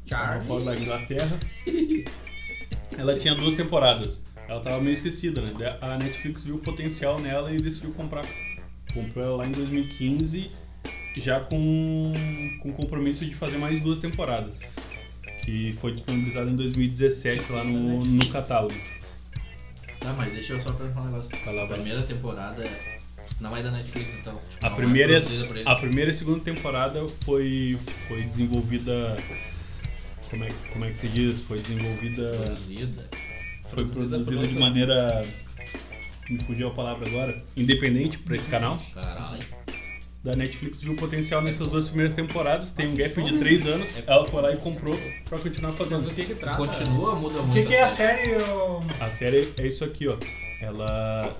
A: Canal 4 da Inglaterra. *laughs* Ela tinha duas temporadas. Ela tava meio esquecida, né? Da- A Netflix viu o potencial nela e decidiu comprar. Comprou ela lá em 2015, já com, com o compromisso de fazer mais duas temporadas. Que foi disponibilizada em 2017 lá no, no catálogo.
F: Tá, mas deixa eu só perguntar um negócio.
A: Vai lá,
F: A
A: vai lá.
F: primeira temporada não é da Netflix, então. Tipo,
A: A
F: não
A: primeira,
F: é
A: e
F: produzida por eles.
A: a, a primeira e segunda temporada foi, foi desenvolvida. Como é, como é que se diz? Foi desenvolvida.
F: Produzida.
A: Foi
F: Produzida por
A: produzida de
F: outra-
A: maneira. Me fugiu a palavra agora. Independente pra esse canal.
F: Caralho.
A: Da Netflix viu o potencial nessas duas primeiras temporadas. Tem um gap de 3 anos.
F: É-
A: Ela foi lá e comprou pra continuar
E: Mas
A: fazendo.
E: o que que trata?
F: Continua, muda
C: O
F: muito.
C: que, que é a série? ô,
A: A série é isso aqui, ó. Ela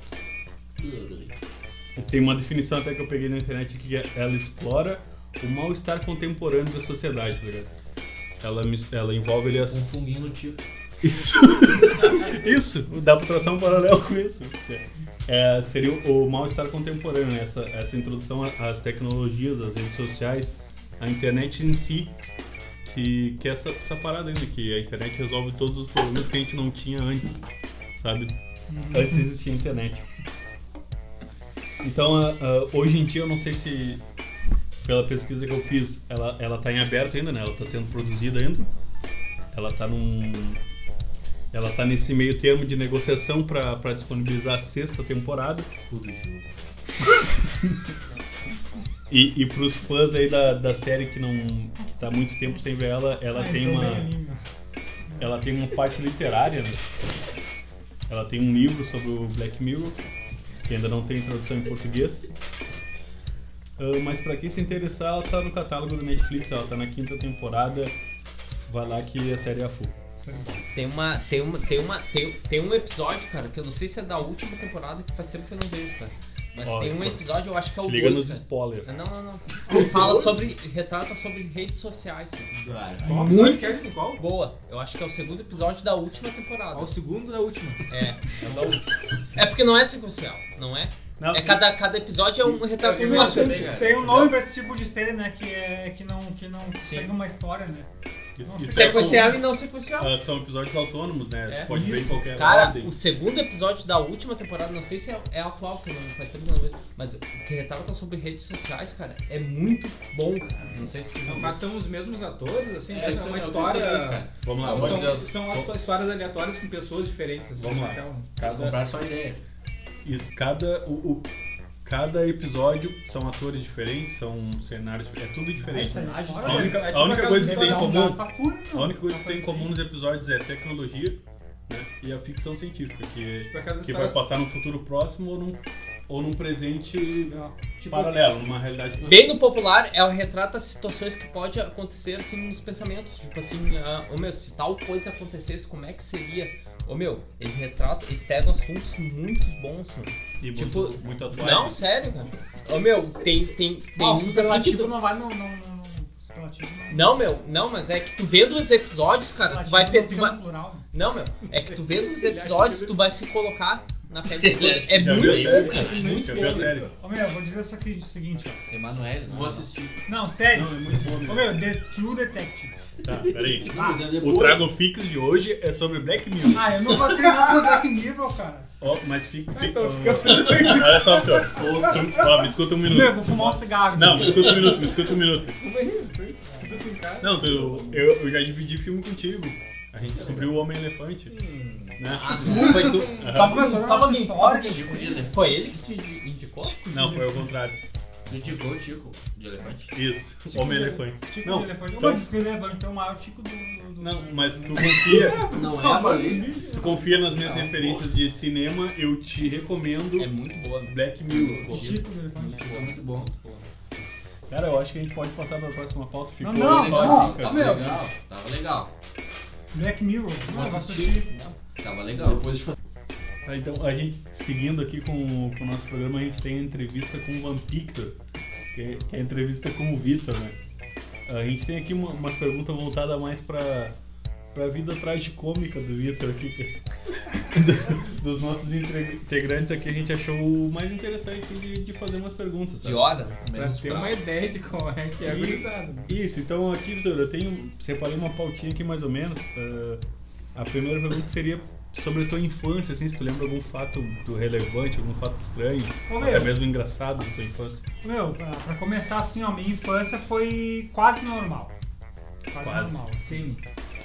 A: tem uma definição até que eu peguei na internet que é- ela explora o mal-estar contemporâneo da sociedade, tá ligado? Ela, mis- ela envolve ele
F: Um
A: as...
F: funguinho no tipo.
A: Isso! *laughs* isso! Dá pra traçar um paralelo com isso. É, seria o o mal-estar contemporâneo, né? essa, essa introdução a- às tecnologias, às redes sociais, à internet em si, que, que é essa, essa parada ainda, que a internet resolve todos os problemas que a gente não tinha antes, sabe? Antes existia internet. Então, a- a- hoje em dia, eu não sei se pela pesquisa que eu fiz, ela, ela tá em aberto ainda, né? Ela tá sendo produzida ainda. Ela tá num. Ela tá nesse meio termo de negociação pra pra disponibilizar a sexta temporada. E, e pros fãs aí da, da série que não. que tá há muito tempo sem ver ela, ela
C: ah,
A: tem
C: entrou
A: uma
C: bem ali, meu.
A: ela tem uma parte literária, né? Ela tem um livro sobre o Black Mirror, que ainda não tem tradução em português. Ah, mas pra quem se interessar, ela tá no catálogo do Netflix, ela tá na quinta temporada. Vai lá que a série é a full.
D: Tem uma. Tem uma. Tem uma. Tem, tem um episódio, cara, que eu não sei se é da última temporada, que faz tempo que eu não vejo, cara. Mas
A: Ó,
D: tem um
A: pô.
D: episódio, eu acho que é o
A: Se liga
D: 2,
A: nos
D: cara.
A: spoilers.
D: Ah, Não, não, não. Ele fala sobre. retrata sobre redes sociais, cara.
F: Caralho.
E: Qual episódio que é? Qual?
D: Boa. Eu acho que é o segundo episódio da última temporada.
E: Qual o segundo da última?
D: É, é o da última. É porque não é sequencial, não é?
A: Não,
D: É cada, cada episódio é um
C: Tá,
D: retrato
F: Eu
D: de um
F: ia
D: assunto.
F: saber, cara.
C: Tem um nome pra esse tipo de série, né? Que, é, que não, que não segue uma história, né?
A: isso,
C: Nossa,
A: isso é
D: Sequencial e não sequencial.
A: com- ah, são episódios autônomos, né?
D: É.
A: Pode ver em qualquer
D: Cara,
A: ordem.
D: o segundo episódio da última temporada, não sei se é, é atual, porque não faz tempo que eu não vejo, mas o que retrata sobre redes sociais, cara, é muito bom, cara. Não sei se tu viu.
E: Então, Mas são os mesmos atores, assim,
F: É,
E: é uma
F: isso-
E: história.
F: isso é isso, cara.
A: Vamos lá,
F: Ah,
E: Não,
F: Pelo amor
A: vamos
F: de
E: são,
F: Deus.
E: são as histórias aleatórias com pessoas diferentes. Assim,
A: Vamos lá.
E: aquela-
F: Eles
A: Cada,
F: compraram só a ideia.
A: Isso, cada, o, o- cada episódio são atores diferentes, são cenários diferentes, é tudo diferente.
D: Personagens,
A: A
D: né?
A: única-
C: É tipo ah,
A: a única
C: aquela
A: coisa que tem
C: série
A: em
C: da-
A: comum-
C: da Safura,
A: A
C: não.
A: única coisa que tem em
C: Não
A: comum
C: faz
A: nos episódios é a tecnologia né, e a ficção científica, que,
E: Tipo, aquelas
A: que vai
E: histórias.
A: passar num futuro próximo ou num, ou num presente
E: Tipo,
A: paralelo, numa realidade.
D: Bem no popular, ela retrata situações que pode acontecer assim nos pensamentos. Tipo assim, ah, ô meu, se tal coisa acontecesse, como é que seria? Ô meu, eles retratam, eles pegam assuntos muito bons, mano.
A: E muito,
D: tipo,
A: muito atuais.
D: Não, sério, cara. Ô meu, tem, tem, tem
C: Ah, o
D: uns assim que
C: superlativo
D: tu-
C: não vai no. no, no, no né? superlativo não.
D: Não, meu, não, mas é que tu vendo os episódios, cara, tu vai, pe- tu
C: Superlativo
D: vai,
C: no é plural. né?
D: Não, meu, é que tu vendo os episódios, tu vai se colocar na pele do outro. É
A: Já
D: muito
A: viu a série?
D: bom, né? cara. Muito
A: Já viu a
D: bom.
A: série?
C: Ô meu, eu vou dizer só que o seguinte, ó.
F: Emanuel,
B: Vou assistir.
C: Não,
A: Não,
C: sério.
A: é muito bom
C: Ô
A: mesmo.
C: meu, The True Detective.
A: Tá, peraí.
B: Ah,
A: O
B: depois-
A: Trago Fix de hoje é sobre Black Mirror.
C: Ah, eu não gostei nada do Black Mirror, cara.
A: Ó, mas fica. fica-
E: Então fica
A: Olha só, Vitor. Ó, me escuta um
C: Meu, eu
A: minuto.
C: vou fumar um cigarro.
A: Não, me escuta um minuto, me escuta um minuto.
E: tudo assim,
C: né?
E: cara.
A: Não, tu, eu, eu já dividi filme contigo. A gente descobriu o Homem-Elefante, né?
D: Ah, Foi, tu,
C: Sabe como é toda
D: Sabe
C: essa
D: quem-
C: história?
F: Tico de elefante.
D: foi ele que te indicou?
A: Não, foi ao contrário.
F: Tu indicou o Tico de elefante?
A: Isso, Homem-Elefante.
C: Não,
A: Não,
C: elefante.
A: então-
C: Então... Diz que o elefante tem o maior tico do. do- do-
A: não, mas tu confia,
B: Não é a baleia.
A: tu confia nas minhas referências de cinema, eu te recomendo
D: É muito boa, meu.
A: Black Mirror.
C: Tico do elefante.
F: Foi muito bom.
A: Cara, eu acho que a gente pode passar pra próxima pauta. Ficou
C: Não, não,
A: só
C: não,
A: dica.
F: Tava legal. Tava legal.
C: Black Mirror. Não, eu vou assistir.
F: Tava legal.
A: Tá, Então, a gente, seguindo aqui com, o- com o nosso programa, a gente tem a entrevista com o Van Pictor, que, é- que é a entrevista com o Victor, né? A gente tem aqui uma, umas perguntas voltadas mais pra, pra vida tragicômica do Vitor aqui. *laughs* Do- dos nossos intre- integrantes aqui, a gente achou o mais interessante assim, de, de fazer umas perguntas.
D: De
A: sabe?
D: hora?
E: Pra
F: Menos
E: ter uma
F: pra-
E: ideia de como é que é a
A: E-
E: gurizada.
A: Isso, então aqui, Vitor, eu tenho. Separei uma pautinha aqui mais ou menos. Ah, a primeira pergunta seria sobre a tua infância, assim, se tu lembra algum fato do relevante, algum fato estranho,
C: Ô,
A: até
C: meu,
A: É mesmo engraçado da tua infância.
C: meu, pra, pra começar assim, ó, minha infância foi quase normal. Quase,
A: Quase.
C: normal, sim.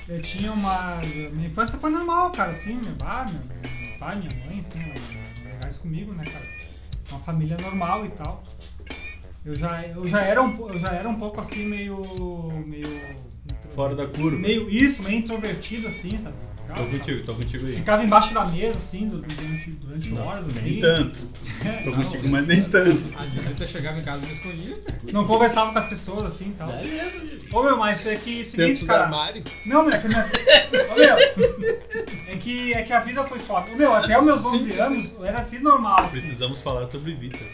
C: Eu tinha uma. Minha infância foi normal, cara, assim, meu pai, meu, meu pai, minha mãe, assim, eram legais comigo, né, cara? Uma família normal e tal. Eu já, eu já, era, um, po- eu já era um pouco assim, meio. meio.
A: Fora da curva.
C: meio isso, meio introvertido assim, sabe?
A: Tô contigo, tô contigo aí.
C: Ficava embaixo da mesa, assim, du- durante, durante
A: Não, então,
C: horas, assim.
A: Nem tanto. Tô
E: Não,
A: contigo, mas nem tanto.
E: Às vezes eu chegava em casa e me escondia.
C: Não conversava com as pessoas, assim e tal.
F: Beleza, gente.
C: Ô meu, mas é que é o seguinte,
A: Dentro do
C: cara.
G: Mário.
C: Não, meu, é que, a minha... Ô, meu, é que é que a vida foi foda. Ô, meu, até os meus 11 anos eu era tudo normal, assim.
A: Precisamos falar sobre Vitor.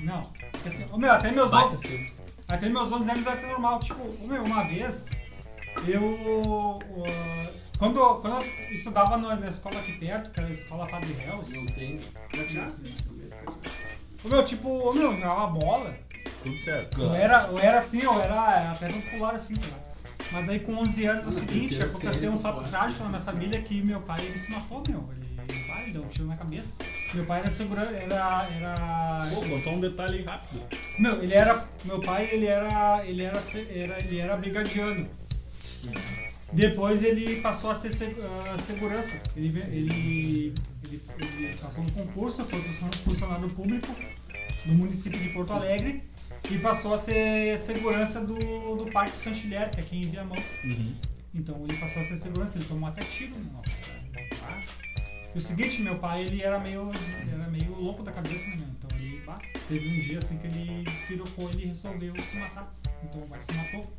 C: Não. Assim, ô, meu, até meus 11.
D: Baita filme.
C: Até meus 11 anos era tudo normal. Tipo, ô, meu, uma vez eu. ah, quando, quando eu estudava no- na escola aqui perto, que era a escola Padre Hells,
B: Não tem.
C: ô, meu, tipo, ô, meu, eu jogava bola.
A: Tudo certo.
C: Eu era, eu era assim, eu era até popular assim, cara. Mas daí com 11 anos é o seguinte,
B: terceira
C: aconteceu
B: série,
C: um fato
B: popular.
C: trágico na minha família que meu pai ele se matou, meu. Ele, meu pai ele deu um tiro na cabeça. Meu pai era segurança, era, era...
A: Pô, contar um detalhe aí rápido.
C: Meu, ele era... Meu pai, ele era... Ele era, se- era- ele era brigadiano. Depois ele passou a ser seg- ah, segurança. Ele, ve- ele, ele, ele passou um concurso, foi funcio- funcionário público do município de Porto Alegre e passou a ser segurança do, do Parque Santilher, que é aqui em Viamão. Então ele passou a ser segurança, ele tomou até tiro. Não. Tá? E o seguinte, meu pai ele era meio, era meio louco da cabeça, né, meu? Então ele bah, teve um dia assim que ele despirocou, ele resolveu se matar. Então vai se matou.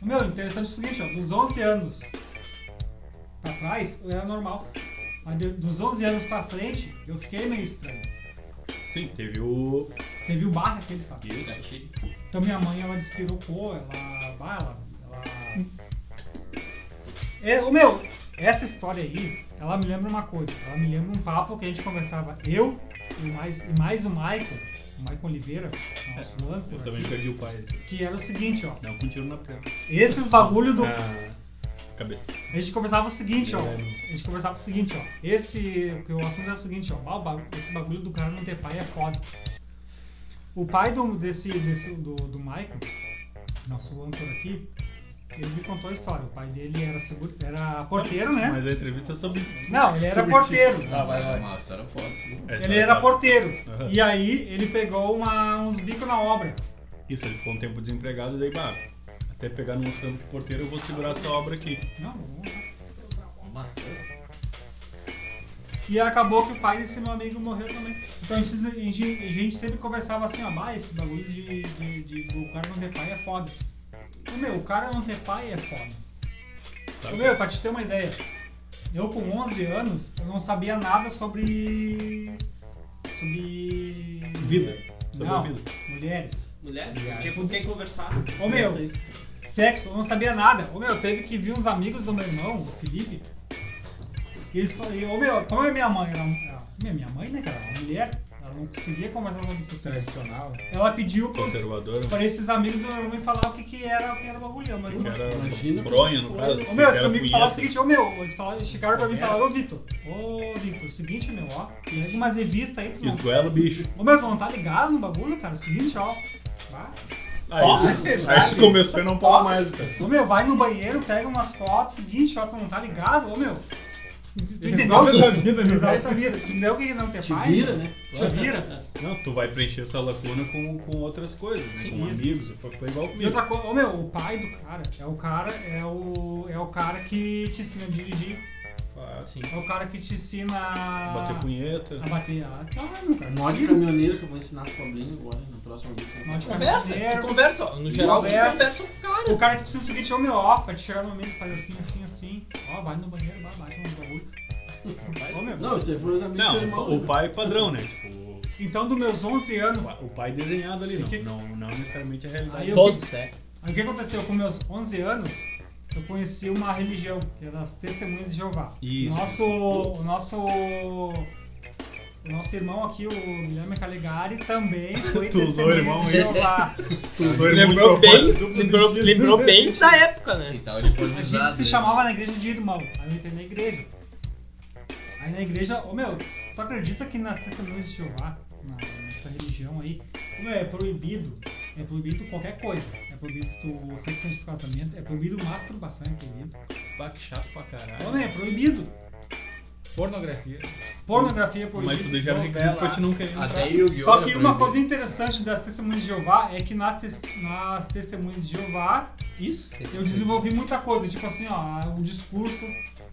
C: Meu, interessante é o seguinte, ó, dos 11 anos pra trás eu era normal. Mas de- dos 11 anos pra frente eu fiquei meio estranho.
A: Sim, teve o.
C: Teve o barra que ele
F: um
C: sabe.
A: Isso.
F: né,
C: Então minha mãe, ela despirocou, ela. bah, ela. ela... É, o meu, essa história aí, ela me lembra uma coisa. Ela me lembra um papo que a gente conversava, eu e mais, e mais o Michael, o Michael Oliveira, nosso
A: É, Eu
C: âncora,
A: também perdi o pai.
C: que era o seguinte, ó.
A: Não, com um tiro na perna.
C: Esses bagulho do.
A: Na cabeça.
C: A gente conversava o seguinte,
A: É.
C: ó. A gente conversava o seguinte, ó. Esse. O assunto era o seguinte, ó. "Bah, o ba- Esse bagulho do cara não ter pai é foda. O pai do, desse, desse- do, do Michael, nosso âncora aqui, ele me contou a história. O pai dele era, seguro, era porteiro, né?
A: Mas a entrevista é sobre.
C: Não, ele era
A: sobre
C: porteiro.
A: ti. Ah, vai, vai.
F: Uma história foda, assim. sim.
A: Essa
C: Ele
A: é
C: era
A: a-
C: porteiro.
A: Aham.
C: E aí ele pegou uma- uns bicos na obra.
A: Isso, ele ficou um tempo desempregado e daí, bah, até pegar num campo de porteiro eu vou segurar essa obra aqui.
C: Não, não.
F: Uma maçã.
C: E acabou que o pai desse meu amigo morreu também. Então a gente, a gente- a gente sempre conversava assim, ó, "Bah, esse bagulho de, de, de- do cara não ter pai é foda. E, meu, o cara não ter pai é foda.
A: Tá.
C: Ô, Meu, pra te ter uma ideia, eu com 11 anos, eu não sabia nada sobre... Sobre...
A: Vida. Sobre
C: Não,
A: a vida.
C: mulheres.
G: Mulheres? Tinha com quem conversar.
C: Ô meu, sexo, eu não sabia nada. Ô meu, teve que vir uns amigos do meu irmão, o Felipe. E eles falaram, ô meu, como é minha mãe? Ela, ela, minha- minha mãe, né, cara? Uma mulher, ela não conseguia conversar sobre essas coisas.
E: Tradicional.
C: Ela pediu pros-
A: Conservadora.
C: pra esses amigos do meu irmão falar o que, que era o que era o bagulho, mas
A: Que
C: não.
A: era
B: Imagina.
A: bronha, no caso.
C: Ô meu,
A: que
C: esses
A: era
C: amigos
A: punheta.
C: falaram o seguinte, ô meu, eles, falaram, eles chegaram pra mim e falaram, ô Vitor, ô Vitor, o seguinte, meu, ó, tem algumas revistas aí que tu não.
A: Esguela o bicho.
C: Ô meu, tu não tá ligado no bagulho, cara? O seguinte, ó. Tá?
A: Aí, aí tu começou e não para mais, cara.
C: Ô meu, vai no banheiro, pega umas fotos, seguinte, ó, tu não tá ligado, ô meu. Tu entendeu?
E: Resolve tua vida, meu.
C: Resolve tua vida. Tu entendeu o que é não ter
B: Te
C: pai?
B: vira, né?
C: Te vira.
A: Não, tu vai preencher essa lacuna com, com outras coisas, né?
C: Sim,
A: com
C: isso.
A: amigos. Foi, foi igual
C: E
A: comigo.
C: outra coisa, ô meu, o pai do cara é o cara, é o, é o cara que te ensina a dirigir,
A: Ah,
D: Sim.
C: é o cara que te ensina a
A: Bater punheta.
C: a bater. Ah, claro,
E: É
C: cara.
B: Nó de caminhoneiro que eu vou ensinar pro Fabrinho agora, na próxima vez. que eu
C: Nó de
E: é
B: falar.
D: Conversa,
C: Zero.
D: tu conversa. ó. No geral, tu
C: Conversa.
D: conversa com o cara.
C: O cara que precisa o seguinte, ô meu, ó, pra te chegar no momento, faz assim, assim, assim, ó, vai no banheiro, vai, bate no bagulho. Ô meu.
B: Não, você foi os amigos do
A: Não,
B: seu irmão.
A: o
B: né?
A: pai padrão, né? Tipo,
C: Então, dos meus 11 anos,
A: o pai desenhado ali,
C: Que-
A: não, não, não necessariamente a realidade.
C: Aí eu-
D: Todos, né?
C: Aí o que aconteceu? Com meus 11 anos, eu conheci uma religião, que é das Testemunhas de Jeová.
A: Isso.
C: O nosso, o nosso, o nosso irmão aqui, o Guilherme Caligari,
A: *laughs*
C: também foi
A: Tu usou o irmão
C: Testemunha de
A: aí?
C: Jeová.
A: *laughs*
G: Lembrou bem, lembrou, lembrou bem da época, né?
F: Então ele foi
C: A gente se chamava na igreja de irmão. Aí eu entrei na igreja. Aí na igreja, ô meu, tu acredita que nas testemunhas de Jeová, na- nessa religião aí, ô, meu, é proibido. É proibido qualquer coisa. É proibido tu sexo antes do casamento, é proibido masturbação, é proibido.
G: Bah, que chato pra
C: Ô
G: caralho.
C: meu, é proibido.
G: Pornografia.
C: Pornografia é proibida.
A: Mas tu deixava requisito pra te não querer entrar.
F: Até Yu-Gi-Oh!
C: Só
F: era
C: que uma
F: proibido.
C: coisa interessante das testemunhas de Jeová é que nas, tes- nas testemunhas de Jeová
D: Isso.
C: eu desenvolvi muita coisa, tipo assim, ó, o discurso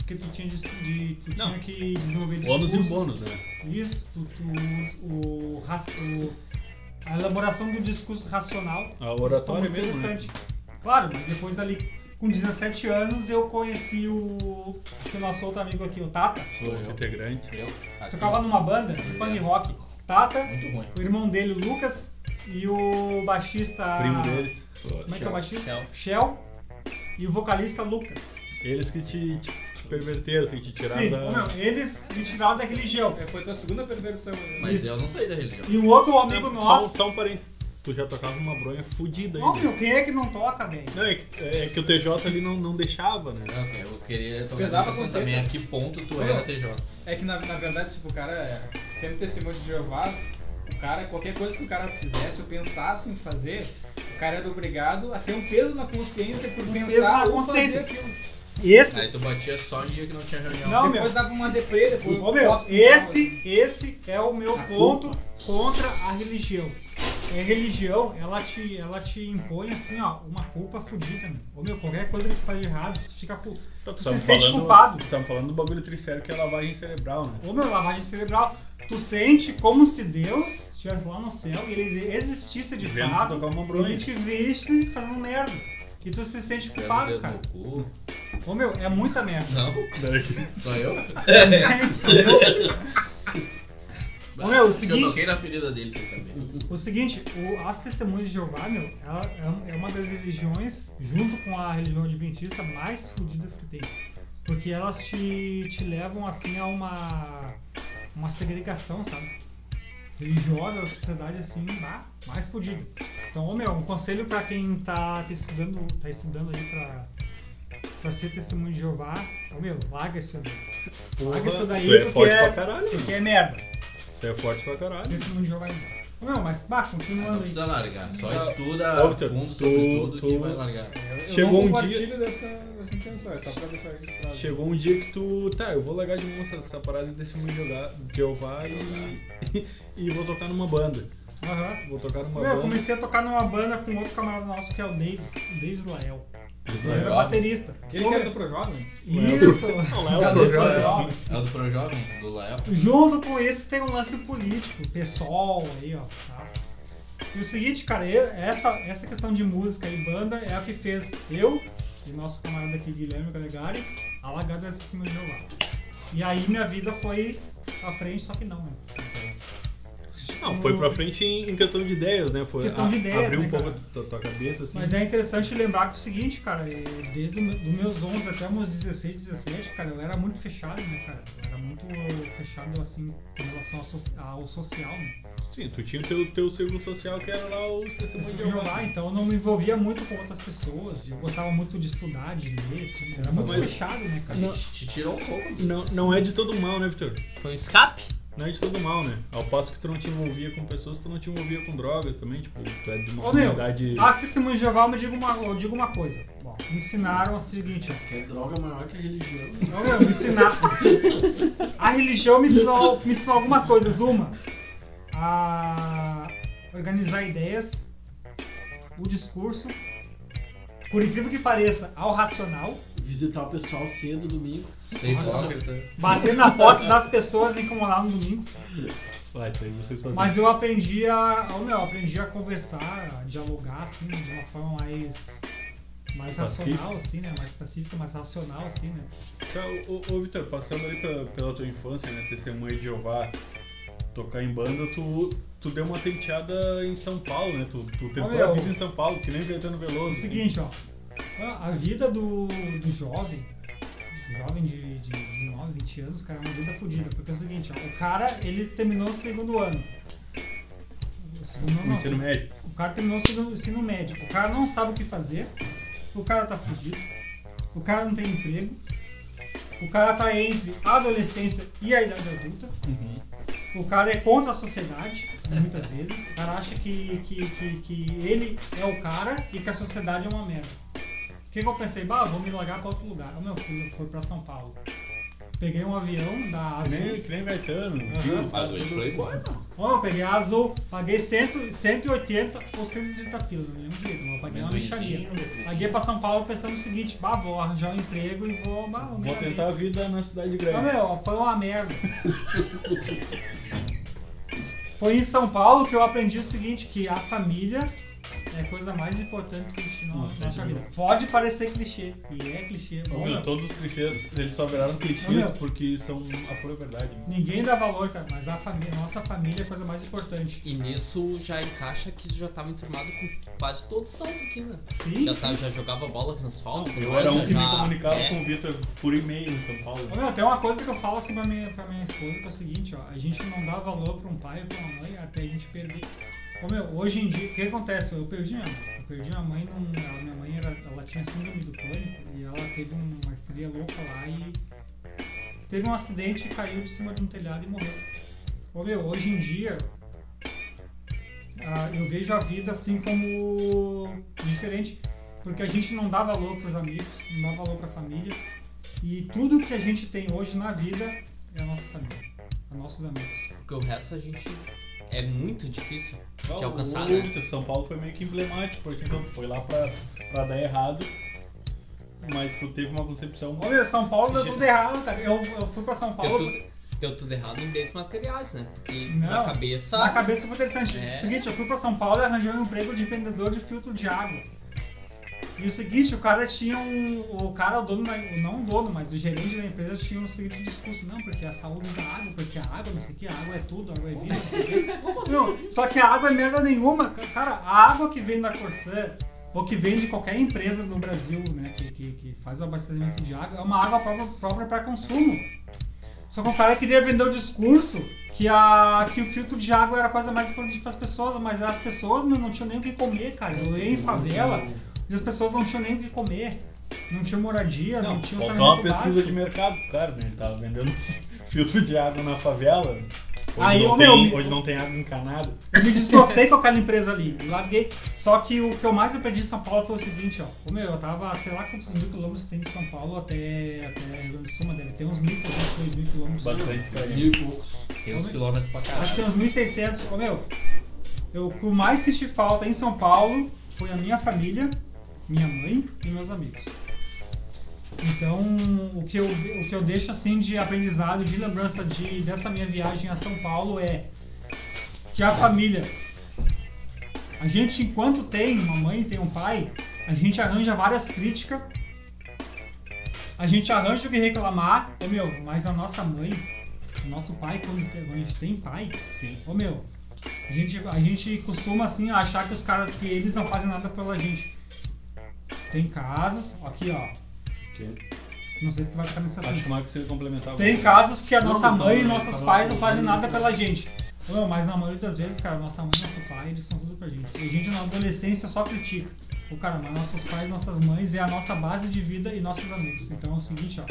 C: que tu tinha de, de- tu
A: Não.
C: tinha que desenvolver discursos.
A: Bônus e bônus, né?
C: Isso, tu, tu- o, ras- o- a elaboração do discurso racional.
A: A
C: Isso foi
A: oratória
C: muito
A: mesmo, né?
C: interessante. Claro, mas depois ali, com 17 anos, eu conheci o, o nosso outro amigo aqui, o Tata.
F: Sou eu.
A: Outro integrante.
F: Eu. Aqui.
C: Tocava numa banda de punk rock. Tata,
F: Muito ruim.
C: o irmão dele, o Lucas, e o baixista.
A: Primo deles.
C: Como é que é o baixista?
D: Shell.
C: Shell. E o vocalista Lucas.
A: Eles que te, te, te perverteram, assim, que te tiraram
C: Sim,
A: da.
C: não, eles me tiraram da religião.
E: É, foi tua segunda perversão. né?
F: Mas
C: Isso.
F: eu não saí da religião.
C: E o outro amigo
A: Não,
C: nosso.
A: Só, um- só um parênteses. Tu já tocava uma bronha fudida
C: Não,
A: ainda.
C: meu, quem é que não toca, velho?
A: Não, é que, é que o TJ ali não, não deixava, né?
F: Não, cara, eu queria tocar
E: Pesava
F: nessa assunto
E: vocês,
F: também.
E: né?
F: A que ponto tu
E: Não.
F: era TJ?
E: É que na, na verdade, tipo, o cara é- sempre testemunho de Jeová, o cara, qualquer coisa que o cara fizesse ou pensasse em fazer, o cara era obrigado a ter um peso na consciência por pensar
C: peso na
E: ou
C: consciência.
E: fazer aquilo.
C: Esse.
F: Aí tu batia só em dia que não tinha reunião.
C: Não, meu.
E: Depois dava uma deprê, depois
C: Ô, meu,
E: próximo,
C: esse, esse é o meu
E: A
C: ponto contra a religião. É, A religião, ela te, ela te impõe assim, ó, uma culpa fudida, meu. Ô, meu, qualquer coisa que tu faz de errado, tu fica puto.
A: Tá,
C: Tu
A: tava
C: se sente
A: falando-
C: culpado.
A: Tu tava falando do bagulho tricério que é lavagem cerebral, né?
C: Ô, meu, lavagem cerebral. Tu sente como se Deus estivesse lá no céu e ele existisse de
A: Vendo tu
C: fato.
A: tocar uma bronha.
C: Ele te viste fazendo merda. E tu se sente
F: Pega o
C: culpado,
F: dedo
C: cara.
F: no cu.
C: Ô, meu, é muita merda.
F: Não,
A: Daí-
F: só eu?
C: Ô,
F: Acho
C: meu, o
F: que Eu
C: seguinte-
F: toquei na ferida dele sem saber.
C: O seguinte, o, as Testemunhas de Jeová, meu, ela é um- é uma das religiões, junto com a religião adventista, mais fodidas que tem. Porque elas te, te levam, assim, a uma, uma segregação, sabe? Religiosa, a sociedade, assim, bah, mais fodida. Então, ô, meu, um conselho pra quem tá, tá estudando, tá estudando aí pra, pra ser Testemunho de Jeová, ô, meu, larga isso daí. Larga isso daí,
A: Isso é
C: porque
A: forte
C: é,
A: pra caralho, mano.
C: porque é merda.
A: Isso é forte pra caralho.
C: Testemunho de Jeová é merda. Ô, meu, mas, bah,
F: Ah, Não
C: continuando aí.
F: precisa largar, só
A: Não.
F: estuda a
A: Ô, Vitor,
F: fundo
A: tu-
F: sobre tudo que
A: tu-
F: vai largar.
E: Eu
A: Chegou um
E: não compartilho dessa, dessa intenção, é só pra deixar registrado.
A: Chegou um dia que tu. Tá, eu vou largar de mão essa, essa parada e deixar me jogar Jeová e. *laughs* e vou tocar numa banda.
C: Aham. Tá
A: Vou tocar numa
C: Meu, eu
A: banda.
C: comecei a tocar numa banda com outro camarada nosso que é o Davis, Davis Lael. Ele
A: Lael.
C: era baterista.
E: Ele
C: Ô,
E: que era
C: meu,
E: do Projovem?
C: Isso!
A: Não, é o
F: Cadê
A: programa.
F: Projovem? É o do Projovem, do Lael.
C: Junto com isso tem um lance político, pessoal aí, ó. tá? E o seguinte, cara, eu- essa, essa questão de música e banda é a que fez eu e nosso camarada aqui, Guilherme Calegari, alagado essa cima de Jeová. E aí minha vida foi pra frente, só que não, né?
A: Não, foi pra frente em, em questão de ideias, né? Foi
C: Questão de ideias,
A: abriu um
C: né,
A: pouco
C: cara?
A: a tua, tua cabeça, assim.
C: Mas é interessante lembrar que é o seguinte, cara, eh, desde os meus 11 até meus 16, 17, cara, eu era muito fechado, né, cara? Eu era muito fechado, assim, com relação ao, so- ao social, né?
A: Sim, tu tinha o teu, teu círculo social que era lá o testemunho de
C: Eu
A: Jeová.
C: lá, então eu não me envolvia muito com outras pessoas, eu gostava muito de estudar, de ler, assim, eu era muito
A: Mas-
C: fechado, né,
F: A
C: cara?
F: gente te tirou um pouco disso.
A: Não, não é de todo mal, né, Vitor?
G: Foi um escape?
A: Não é de todo mal, né? Ao passo que tu não te envolvia com pessoas, tu não te envolvia com drogas também, tipo, tu é de uma
C: Ô, meu, ah!
A: comunidade.
C: As testemunhas de Jeová, eu digo uma, eu digo uma coisa. Bom, me ensinaram o seguinte, ó.
B: Que é droga maior que a religião. né?
C: Não, meu, me ensinar. A religião me ensinou, me ensinou algumas coisas. Uma, a organizar ideias, o discurso, por incrível que pareça, ao racional,
B: Visitar o pessoal cedo domingo.
F: Ser hipócrita.
C: bater na porta das pessoas e incomodar no domingo.
A: Ah, isso aí vocês faziam.
C: Mas eu aprendi a. oh, meu, eu aprendi a conversar, a dialogar, assim, de uma forma mais. Mais
A: Pacífica.
C: racional, assim, né? Mais pacífica, mais racional, assim, né?
A: Tá, Ô, ô, ô Vitor, passando ali pela, pela tua infância, né, testemunha de Jeová, tocar em banda, tu, tu deu uma penteada em São Paulo, né? Tu, tu tentou
C: meu.
A: a vida em São Paulo, que nem o Caetano
C: É o
A: Veloso.
C: seguinte, ó. A vida do, do jovem, do jovem de, de 19, 20 anos, cara, é uma vida fodida. Porque é o seguinte, ó. O cara, ele terminou o segundo ano. O segundo
A: no
C: ano,
A: ensino
C: não,
A: médio.
C: o cara terminou o segundo- ensino médio. O cara não sabe o que fazer. O cara tá fudido. O cara não tem emprego. O cara tá entre a adolescência e a idade adulta. O cara é contra a sociedade, muitas vezes. O cara acha que, que, que, que ele é o cara e que a sociedade é uma merda. O que, que eu pensei? Bah, vou me largar pra outro lugar. O meu filho foi pra São Paulo. Peguei um avião da
A: Que
C: Azul.
A: nem, que nem o Gaetano.
C: Aham.
F: Mas hoje foi bom,
C: Ó, eu peguei a Azul, paguei 100, 180 ou 130 pila, não lembro direito, mas eu paguei uma mixaria. Paguei pra São Paulo pensando o seguinte, bah, vou arranjar um emprego e vou... Bah, vou me
A: Vou
C: dar bem.
A: tentar a vida na cidade
C: Ah,
A: grande.
C: meu, foi uma merda. *laughs* foi em São Paulo que eu aprendi o seguinte, que a família é a coisa mais importante que existe na
A: Nossa,
C: nossa
A: é
C: vida. Pode parecer clichê, e é clichê,
A: Ô,
C: bom,
A: meu,
C: meu,
A: todos os clichês, eles só viraram clichês
C: Ô, meu.
A: porque são a pura verdade.
C: ninguém dá valor, cara, mas a família, nossa família é a coisa mais importante.
D: E nisso já encaixa que já tava enturmado com quase todos nós aqui, né?
C: Sim,
D: Já, tava, já jogava bola com asfalto. com
A: Eu
D: nós,
A: era um
D: já-
A: que me comunicava
D: é.
A: com o Vitor por e-mail em São Paulo.
C: Ô, Meu, tem uma coisa que eu falo assim pra minha, pra minha esposa que é o seguinte, ó, a gente não dá valor pra um pai ou pra uma mãe até a gente perder. Ô, meu, hoje em dia, o que acontece? Eu perdi minha mãe. Eu perdi minha mãe num. Ela, minha mãe era, ela tinha síndrome do pânico e ela teve uma histeria louca lá e teve um acidente, caiu de cima de um telhado e morreu. Ô meu, hoje em dia ah, eu vejo a vida assim como diferente, porque a gente não dá valor pros amigos, não dá valor pra família. E tudo que a gente tem hoje na vida é a nossa família, é nossos amigos.
D: Porque o resto a gente. É muito difícil.
A: Não,
D: Que alcançar,
A: o-
D: né?
A: o São Paulo foi meio que emblemático, porque então tu foi lá pra, pra dar errado, mas tu teve uma concepção.
C: Ô meu, São Paulo deu tudo errado, cara. Eu, eu fui pra São
D: Deu
C: Paulo.
D: tudo, deu tudo errado em bens materiais, né? Porque
C: Não.
D: na cabeça.
C: Na cabeça foi interessante.
D: É.
C: O seguinte, eu fui pra São Paulo e arranjei um emprego de vendedor de filtro de água. E o seguinte, o cara tinha um. O cara, o dono, da- não o dono, mas o gerente da empresa tinha um seguinte discurso, não, porque a saúde da água, porque a água, não sei o que, a água é tudo, a água é vida. não sei o quê. Não, só que a água é merda nenhuma. Ca- Cara, a água que vem da Corsã, ou que vem de qualquer empresa no Brasil, né, que, que, que faz o abastecimento de água, é uma água própria- própria para consumo. Só que o cara queria vender o discurso que, a, que o filtro de água era a coisa mais importante para as pessoas, mas as pessoas não, não tinham nem o que comer, cara. Eu ia em favela e as pessoas não tinham nem o que comer. Não tinha moradia, não, tinha
A: faltou uma
C: saneamento
A: pesquisa
C: básico.
A: de mercado, pro cara, né? Ele tava vendendo *laughs* filtro de água na favela. Hoje,
C: Aí,
A: não,
C: ô,
A: tem,
C: meu,
A: hoje não tem água encanada.
C: Eu me desgostei com aquela empresa ali, larguei. Só que o que eu mais aprendi em São Paulo foi o seguinte, ó. Ô, meu, eu tava, sei lá quantos mil quilômetros tem de São Paulo até, até Rio Grande do Sul, mas deve ter uns 1.400, 2.000 quilômetros.
A: Bastante
B: é
A: escravinho.
F: Mil e poucos. Tem uns quilômetros pra
C: Acho que
F: caralho.
C: tem uns 1.600. Ô, meu, eu, o que eu mais senti falta em São Paulo foi a minha família, minha mãe e meus amigos. Então, o que eu, o que eu deixo assim de aprendizado, de lembrança de, dessa minha viagem a São Paulo é que a família. A gente, enquanto tem uma mãe, tem um pai, a gente arranja várias críticas. A gente arranja o que reclamar, ô meu, mas a nossa mãe, o nosso pai, quando, te- quando a gente tem pai, ô meu, a gente, a gente costuma assim achar que os caras que eles não fazem nada pela gente. Tem casos, aqui ó. Não sei se tu vai ficar nessa
A: Acho que o Marcos precisa complementar.
C: tem casos que a
B: Não,
C: nossa
B: eu tava-
C: mãe e
B: eu
C: nossos
B: tava
C: pais não fazem
B: pensando
C: nada
B: nisso.
C: pela gente. Não, mas na maioria das vezes, cara, nossa mãe e nosso pai, eles são tudo pra gente. E a gente na adolescência só critica. O cara, mas nossos pais, nossas mães é a nossa base de vida e nossos amigos. Então é o seguinte, ó.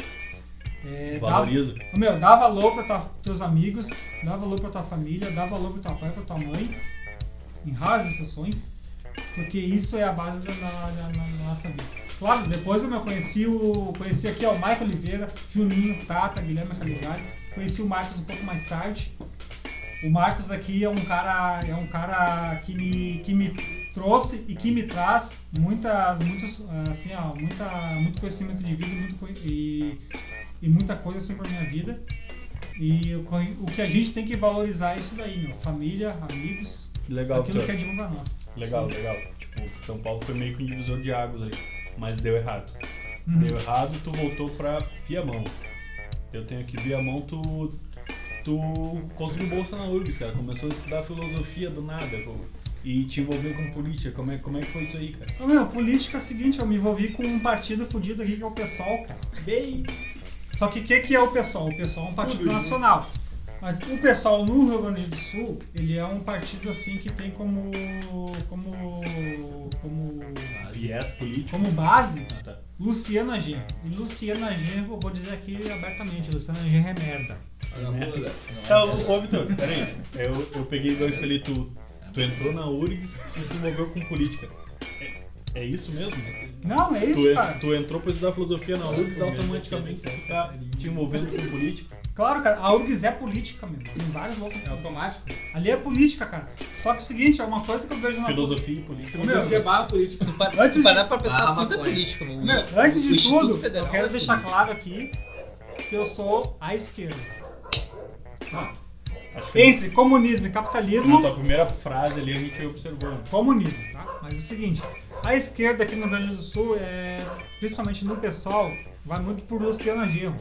C: É, dá,
A: Valoriza.
C: Ô, meu, dá valor pra tua, teus amigos, dá valor pra tua família, dá valor pro teu pai, pra tua mãe. Enrasa seus sonhos, porque isso é a base da, da- da- da nossa vida. Claro, depois eu meu, conheci o. Conheci aqui ó, o Maicon Oliveira, Juninho, Tata, Guilherme Caligari. Conheci o Marcos um pouco mais tarde. O Marcos aqui é um cara, é um cara que me, que me trouxe e que me traz muitas, muitos, assim, ó, muita, muito conhecimento de vida e muito, conhe- e, e muita coisa assim pra minha vida. E o co- o que a gente tem que valorizar é isso daí, meu. Família, amigos,
A: Legal,
C: aquilo
A: Vitor.
C: que é de bom pra nós.
A: Legal, legal. Tipo, São Paulo foi meio que um divisor de águas ali. Mas deu errado.
C: Uhum.
A: Deu errado, tu voltou pra Viamão. Eu tenho aqui Viamão, tu tu conseguiu bolsa na URGS, cara. Começou a estudar filosofia do nada, pô. E te envolver com política. Como é, como é que foi isso aí, cara?
C: Ô, meu, política é o seguinte, eu me envolvi com um partido fudido aqui que é o PSOL, cara. Bem... Só que o que, que é o PSOL? O PSOL é um partido
A: né?
C: nacional. Mas o PSOL no Rio Grande do Sul, ele é um partido assim que tem como. como. como.
A: Viés político.
C: como base
A: Tá.
C: Luciana G. E Luciana G, eu vou dizer aqui abertamente, Luciana G é merda.
F: Vagabunda.
A: Tá,
F: é.
A: ô, ô Vitor, peraí. Eu, eu peguei gancho ali, tu, tu entrou na URGS e se envolveu com política. É, é isso mesmo?
C: Não, é
A: Tu,
C: isso,
A: en-
C: cara.
A: tu entrou pra estudar filosofia na URGS, automaticamente tu tá te envolvendo com política.
C: Claro, cara, a URGS é política mesmo. Tem vários loucos.
H: É automático.
C: Ali é política, cara. Só que é o seguinte, é uma coisa que eu vejo na.
A: Filosofia e política.
C: Ô, meu,
H: Filosofia barra por isso.
D: Se tu par- se
C: Antes
D: tu
C: de-
D: parar pra pensar,
F: Ah,
D: tudo é
F: maconha.
D: político, meu.
C: Meu, antes
D: O
C: de
D: Instituto
C: tudo,
D: Federal
C: eu quero
D: é
C: deixar
D: político.
C: claro aqui que eu sou à esquerda. Tá?
A: Acho que
C: Entre comunismo e
A: na
C: capitalismo,
A: tua tá primeira frase ali a gente observou. né?
C: comunismo, tá? Mas é o seguinte, a esquerda aqui no Rio Grande do Sul, é, principalmente no pessoal, vai muito por Luciana Genro.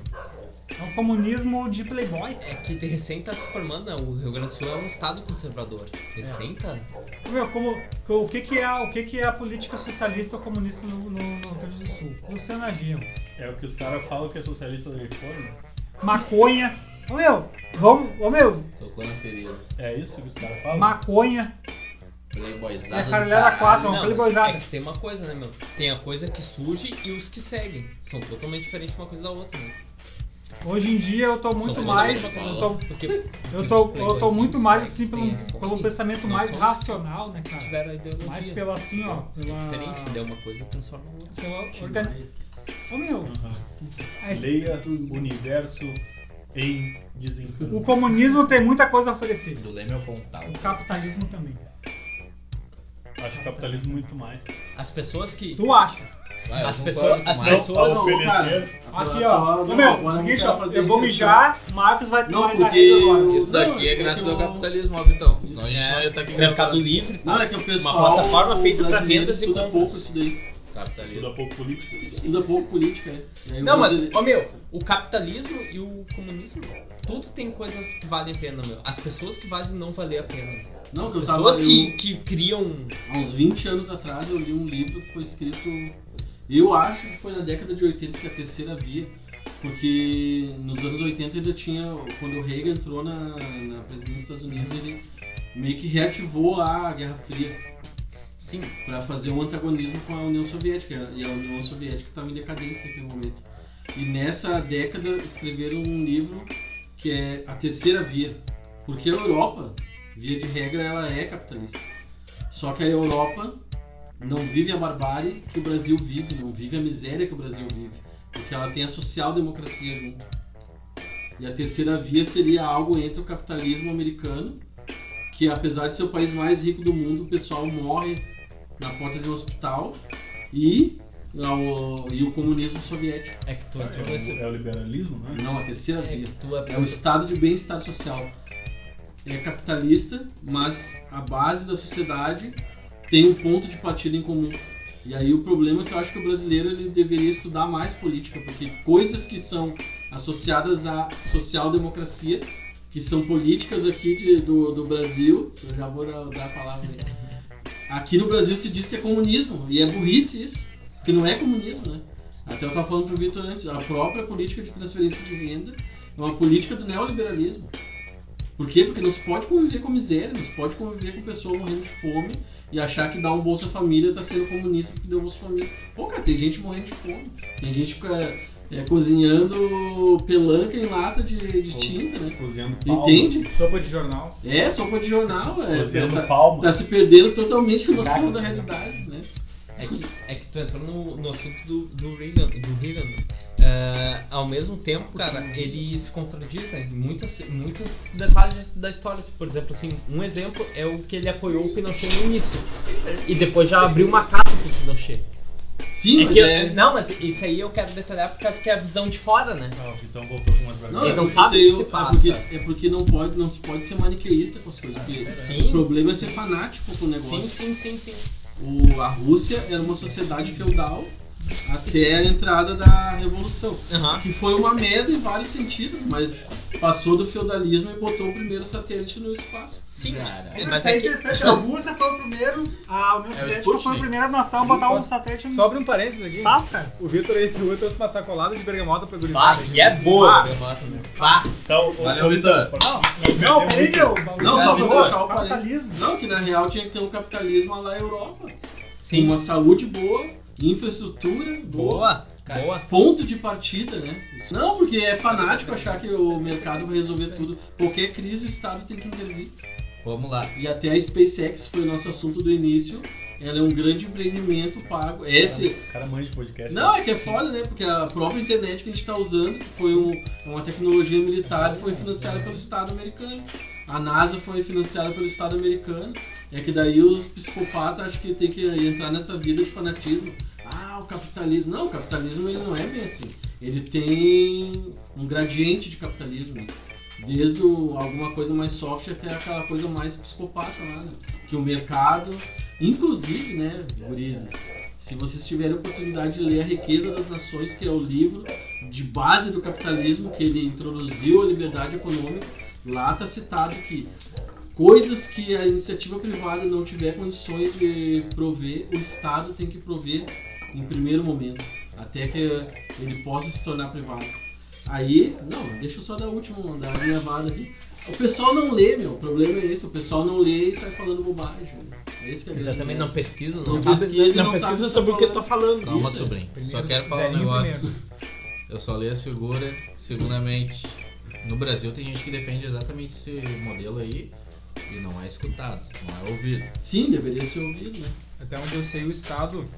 C: É um comunismo de playboy.
D: É que de recém tá se formando, né? O Rio Grande do Sul é um estado conservador. Recém tá.
A: É.
C: Meu, como, o, que que é, o que que é a política socialista ou comunista no, no, no Rio Grande do Sul? Luciana Genro.
A: É o que os caras falam que é socialista da reforma.
C: Maconha. Ô meu, vamos, ô meu,
F: Tocou na ferida.
A: É isso que os caras falam?
C: maconha.
F: Playboyzada.
C: É a
F: do
C: caralhada
A: Tá,
F: caralho.
C: quatro. Ah, não,
D: mas
C: playboyzada.
D: é que tem uma coisa, né, meu? Tem a coisa que surge e os que seguem. São totalmente diferentes uma coisa da outra, né?
C: Hoje em dia eu tô muito
D: São
C: mais.
D: totalmente
C: Eu tô,
D: uma coisa da outra, Porque
C: eu tô,
D: porque
C: eu
D: os
C: tô muito
D: playboyzinhos
C: mais
D: seguem,
C: assim pelo,
D: tem a
C: pelo
D: fome,
C: pensamento
D: Não
C: mais
D: somos-
C: racional, né, cara?
D: Tiveram a ideologia.
C: Mais pela assim, ó. Pela,
D: É diferente, Tipo deu uma coisa e transforma em outra.
C: pela organi- Ô meu, é a es-
A: Leia o universo em desencanto.
C: o comunismo tem muita coisa a oferecer.
F: Do Leme ao Pontal.
C: O capitalismo também.
A: Acho o capitalismo muito mais.
D: As pessoas que.
C: Tu acha?
F: Vai, eu
D: As
F: não
D: pessoas-
F: gosto
D: as
F: mais.
D: pessoas-
E: tá
A: Ao
B: não,
A: oferecer.
C: Aqui, ó. Ô meu, seguinte, ó. Eu vou mijar, o Marcos vai
B: Não,
C: tomar
B: porque
C: ele agora.
F: Isso daqui é graças ao capitalismo, ó, Vitão. Senão a gente não ia estar aqui
D: Mercado
F: gravando.
D: Livre,
B: Não, é que o pessoal.
D: Uma plataforma feita pra
B: brasileiro
D: vendas e
B: estuda
D: compras.
B: pouco isso daí.
F: Capitalismo.
A: Estuda pouco política.
B: Estuda pouco política, é. E aí o
D: Não, mas,
B: brasileiro-
D: ô meu, o capitalismo e o comunismo, tudo tem coisas que valem a pena, meu. As pessoas que fazem não valer a pena.
B: Não, que eu tava
D: Pessoas que,
B: lendo-
D: que criam.
B: Há uns 20 anos atrás eu li um livro que foi escrito. Eu acho que foi na década de 80 que é a terceira via. Porque nos anos 80 ainda tinha. Quando o Reagan entrou na, na presidência dos Estados Unidos, ele meio que reativou lá a Guerra Fria
D: Sim,
B: para fazer um antagonismo com a União Soviética. E a União Soviética estava em decadência naquele momento. E nessa década escreveram um livro que é A Terceira Via. Porque a Europa, via de regra, ela é capitalista. Só que a Europa não vive a barbárie que o Brasil vive, não vive a miséria que o Brasil vive. Porque ela tem a social-democracia junto. E a terceira via seria algo entre o capitalismo americano, que apesar de ser o país mais rico do mundo, o pessoal morre na porta de um hospital e o, e o comunismo soviético.
D: é que tu
A: É
D: entrou
A: o-
D: nesse.
A: é o liberalismo, né?
B: Não, a terceira
D: É
B: via.
D: que tu é.
B: É o estado de bem-estar social. É capitalista, mas a base da sociedade tem um ponto de partida em comum. E aí o problema é que eu acho que o brasileiro ele deveria estudar mais política, porque coisas que são associadas à social-democracia, que são políticas aqui de- do, do Brasil, eu já vou dar a palavra aí. Aqui no Brasil se diz que é comunismo, e é burrice isso, que não é comunismo, né? Até eu tava falando pro Vitor antes, a própria política de transferência de renda é uma política do neoliberalismo. Por quê? Porque não se pode conviver com miséria, não se pode conviver com pessoa morrendo de fome e achar que dar um Bolsa Família tá sendo comunista porque deu Bolsa Família. Pô, cara, tem gente morrendo de fome. Tem gente é, é, cozinhando pelanca em lata de, de tinta, né?
A: Cozinhando palma.
B: Entende?
H: Sopa de jornal.
B: É, sopa de jornal, é.
A: Cozinhando
B: Tá,
A: palma.
B: tá se perdendo totalmente a noção da realidade, né?
D: É que, é que tu entrou no, no assunto do, do Reagan. Do Reagan. É, ao mesmo tempo, cara, ele se contradiz né, em muitas, em muitos detalhes da história. Por exemplo, assim, um exemplo é o que ele apoiou o Pinochet no início. E depois já abriu uma casa pro Pinochet.
B: Sim,
D: É
B: mas
D: que eu-
B: é-
D: Não, mas isso aí eu quero detalhar por causa que é a visão de fora, né?
A: Ah, o Vitão voltou com umas
D: Ele
B: é
A: bagunças.
D: não
B: porque
D: sabe o
B: tem
D: que se
B: é
D: passa.
B: porque- É porque não pode, não se pode ser maniqueísta com as coisas. Porque
D: Sim.
B: o problema é ser fanático com o negócio.
D: Sim, sim, sim, sim.
B: O, a Rússia era uma sociedade feudal até a entrada da Revolução.
G: Aham.
B: Que foi uma merda em vários sentidos, mas passou do feudalismo e botou o primeiro satélite no espaço.
G: Sim.
F: Cara,
G: Mas
C: Mas
G: é
C: é
G: que-
C: interessante, a Rússia foi o primeiro, a União
F: É o
C: Soviética foi
F: Sputnik.
C: a primeira nação a botar um satélite no
E: Sobre um parênteses aqui.
C: espaço, cara.
E: O Vitor aí entrou trouxe uma sacolada de bergamota pra
G: Bah,
E: gurizada.
G: e é boa. Bah.
A: Então, o-
F: Valeu, Vitor.
C: Não, não peraí, meu.
B: Não,
F: É,
B: só pra
F: Vitor,
B: fechar o parênteses.
C: capitalismo.
B: Não, que na real tinha que ter um capitalismo lá na Europa.
G: Sim.
B: Uma saúde boa, infraestrutura boa.
G: Boa. Boa.
B: Ponto de partida, né? Isso- Não, porque é fanático achar que o mercado vai resolver tudo. Qualquer crise, o Estado tem que intervir.
F: Vamos lá.
B: E até a SpaceX foi o nosso assunto do início. Ela é um grande empreendimento pago. Esse.
A: O cara manja de podcast.
B: Não, é que é foda, né? Porque a própria internet que a gente tá usando, que foi um- uma tecnologia militar, foi financiada pelo Estado americano. A NASA foi financiada pelo Estado americano. É que daí os psicopatas acham que tem que entrar nessa vida de fanatismo. Ah, o capitalismo. Não, o capitalismo ele não é bem assim. Ele tem um gradiente de capitalismo. Desde o- alguma coisa mais soft até aquela coisa mais psicopata lá, né? Que o mercado, inclusive, né, gurizes, se vocês tiverem a oportunidade de ler A Riqueza das Nações, que é o livro de base do capitalismo, que ele introduziu a liberdade econômica, lá está citado que coisas que a iniciativa privada não tiver condições de prover, o Estado tem que prover em primeiro momento, até que ele possa se tornar privado. Aí, não, deixa eu só dar a última, dar a minha vada aqui. O pessoal não lê, meu, o problema é esse, o pessoal não lê e sai falando bobagem. Esse que é a grande
G: Exatamente,
B: merda.
G: não pesquisa, não,
B: Não
G: sabe.
B: pesquisa,
G: não
B: não
G: pesquisa
B: sabe o que
G: sobre o
B: tá
G: que tu tá falando.
F: Calma,
B: Isso.
F: sobrinho. Só
E: Primeiro,
F: quero falar um
E: Zerinho
F: negócio. Eu só leio as figuras. Segundamente, no Brasil tem gente que defende exatamente esse modelo aí e não é escutado, não é ouvido.
B: Sim, deveria ser ouvido, né?
E: Até onde eu sei, o Estado,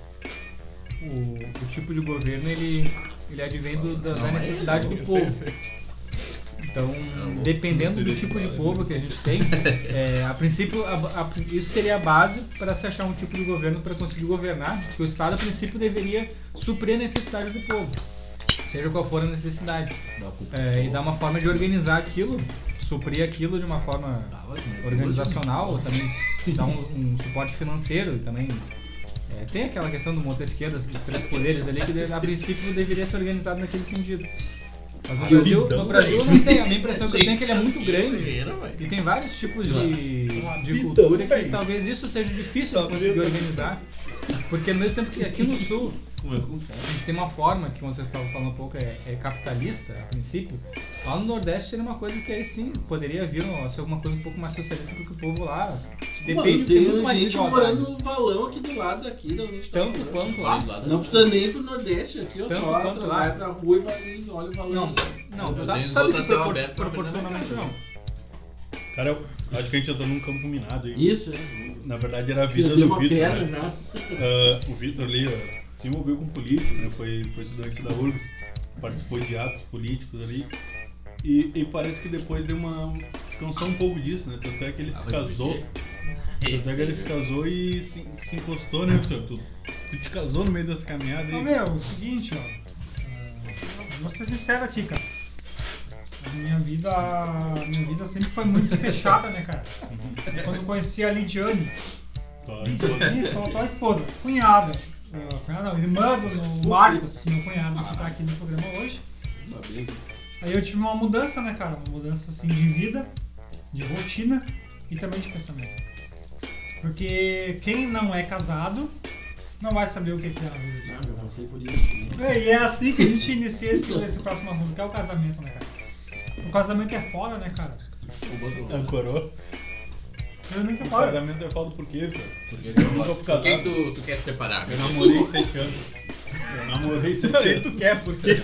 E: o, o tipo de governo, ele, ele advém do- da, da
F: Não, mas-
E: necessidade do povo. Então,
F: louco.
E: dependendo
F: Não
E: do
F: sei
E: tipo
F: bem
E: de
F: qual é.
E: povo que a gente
F: *laughs*
E: tem, é, a princípio, a- a- isso seria a base para se achar um tipo de governo para conseguir governar, porque o Estado, a princípio, deveria suprir a necessidade do povo, seja qual for a necessidade,
F: Dá o cu pro
E: É, e
F: sol.
E: dar uma forma de organizar aquilo, suprir aquilo de uma forma
F: Tava, né?
E: organizacional, ou também dar um, um suporte financeiro e também. é, tem aquela questão do Montesquieu, das- dos três poderes ali, que de- a princípio deveria ser organizado naquele sentido. Mas no Brasil, no Brasil eu não sei, a minha impressão que eu tenho é que ele é muito grande.
F: Primeiro, velho.
E: E tem vários tipos de, de
A: Rapidão,
E: cultura que
A: velho.
E: talvez isso seja difícil de conseguir organizar. Porque ao mesmo tempo que aqui no sul a gente tem uma forma que, como vocês estavam falando um pouco, é, é capitalista, a princípio. Lá no Nordeste seria uma coisa que aí sim poderia vir ó, ser alguma coisa um pouco mais socialista porque o povo lá. Depende
B: Mano,
E: tem um muito
B: tem
E: mais
B: gente
E: desigualdade.
B: morando no valão aqui do lado daqui da onde a gente tá
E: Tanto
B: morando.
E: quanto lá.
F: Lá das-
B: Não precisa nem pro Nordeste aqui, ó.
E: Tanto
B: Só
E: quanto lá.
B: vai pra rua e vai e olha o valão.
E: Não, não,
F: Eu
E: sabe,
F: tenho
E: sabe que
F: votação
E: propor-
F: aberta pra
E: proporcionalmente
F: primeira
E: não.
A: Cara, é eu acho que a gente entrou num campo minado aí.
B: Isso, é.
A: Na verdade era a vida
B: Perder
A: do
B: uma
A: Vitor.
B: perna,
A: né?
B: né?
A: Ah, o Vitor ali ó, se envolveu com política, né? Foi, foi estudante da URGS, participou de atos políticos ali. E, e parece que depois deu uma. se cansou um pouco disso, né? Tanto é que ele
F: Ah,
A: se
F: vai
A: casou.
F: dormir.
A: Tanto é que ele se casou e se, se encostou, né, Vitor? Tu, tu te casou no meio dessa caminhada
C: Ô,
A: e.
E: é
C: meu, o seguinte, ó. Ah, Vou ser sincero aqui, cara. A minha vida. a minha vida sempre foi muito
E: *laughs*
C: fechada, né, cara? Quando eu conheci a Lidiane,
A: Tá, então,
C: isso, a tua esposa, cunhada. ah, Cunhada não, irmã do do Marcos, meu cunhado, que tá aqui no programa hoje.
B: Uma briga.
C: Aí eu tive uma mudança, né, cara? Uma mudança assim de vida, de rotina e também de pensamento. Porque quem não é casado não vai saber o que que é a vida de
B: Ah, meu, passei por isso.
C: é, E é assim que a gente inicia esse, esse próximo assunto, que é o casamento, né, cara? O casamento é foda, né, cara?
A: *laughs*
F: um-
A: Ancorou.
C: Eu nunca
A: O
C: falo.
A: casamento é foda por quê, cara?
F: Porque
A: Eu nunca fui
F: Por que
A: casado.
F: tu, tu quer separar?
A: Eu namorei sete anos. Eu namorei sete anos.
E: Tu quer, porque.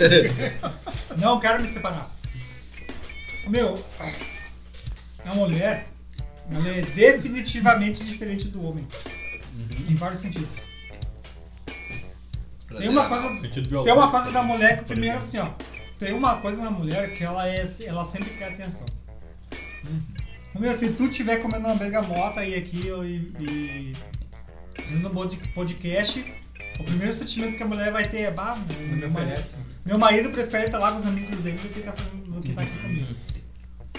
C: *laughs* Não quero me separar. Meu, a mulher, ela é definitivamente diferente do homem.
E: Uhum.
C: Em vários sentidos. Tem
E: é
C: uma coisa
E: assim,
A: No sentido biológico.
C: Tem uma coisa da mulher que primeiro assim, ó. Tem uma coisa na mulher que ela é. Ela sempre quer atenção. Hum. Meu, se tu tiver comendo uma bergamota aí aqui ó, e, e fazendo um pod- podcast, o primeiro sentimento que a mulher vai ter é bah,
E: Não
C: meu,
E: me
C: meu, marido,
E: oferece.
C: meu marido prefere estar lá com os amigos dele do que tá, fazendo- do que tá aqui comigo.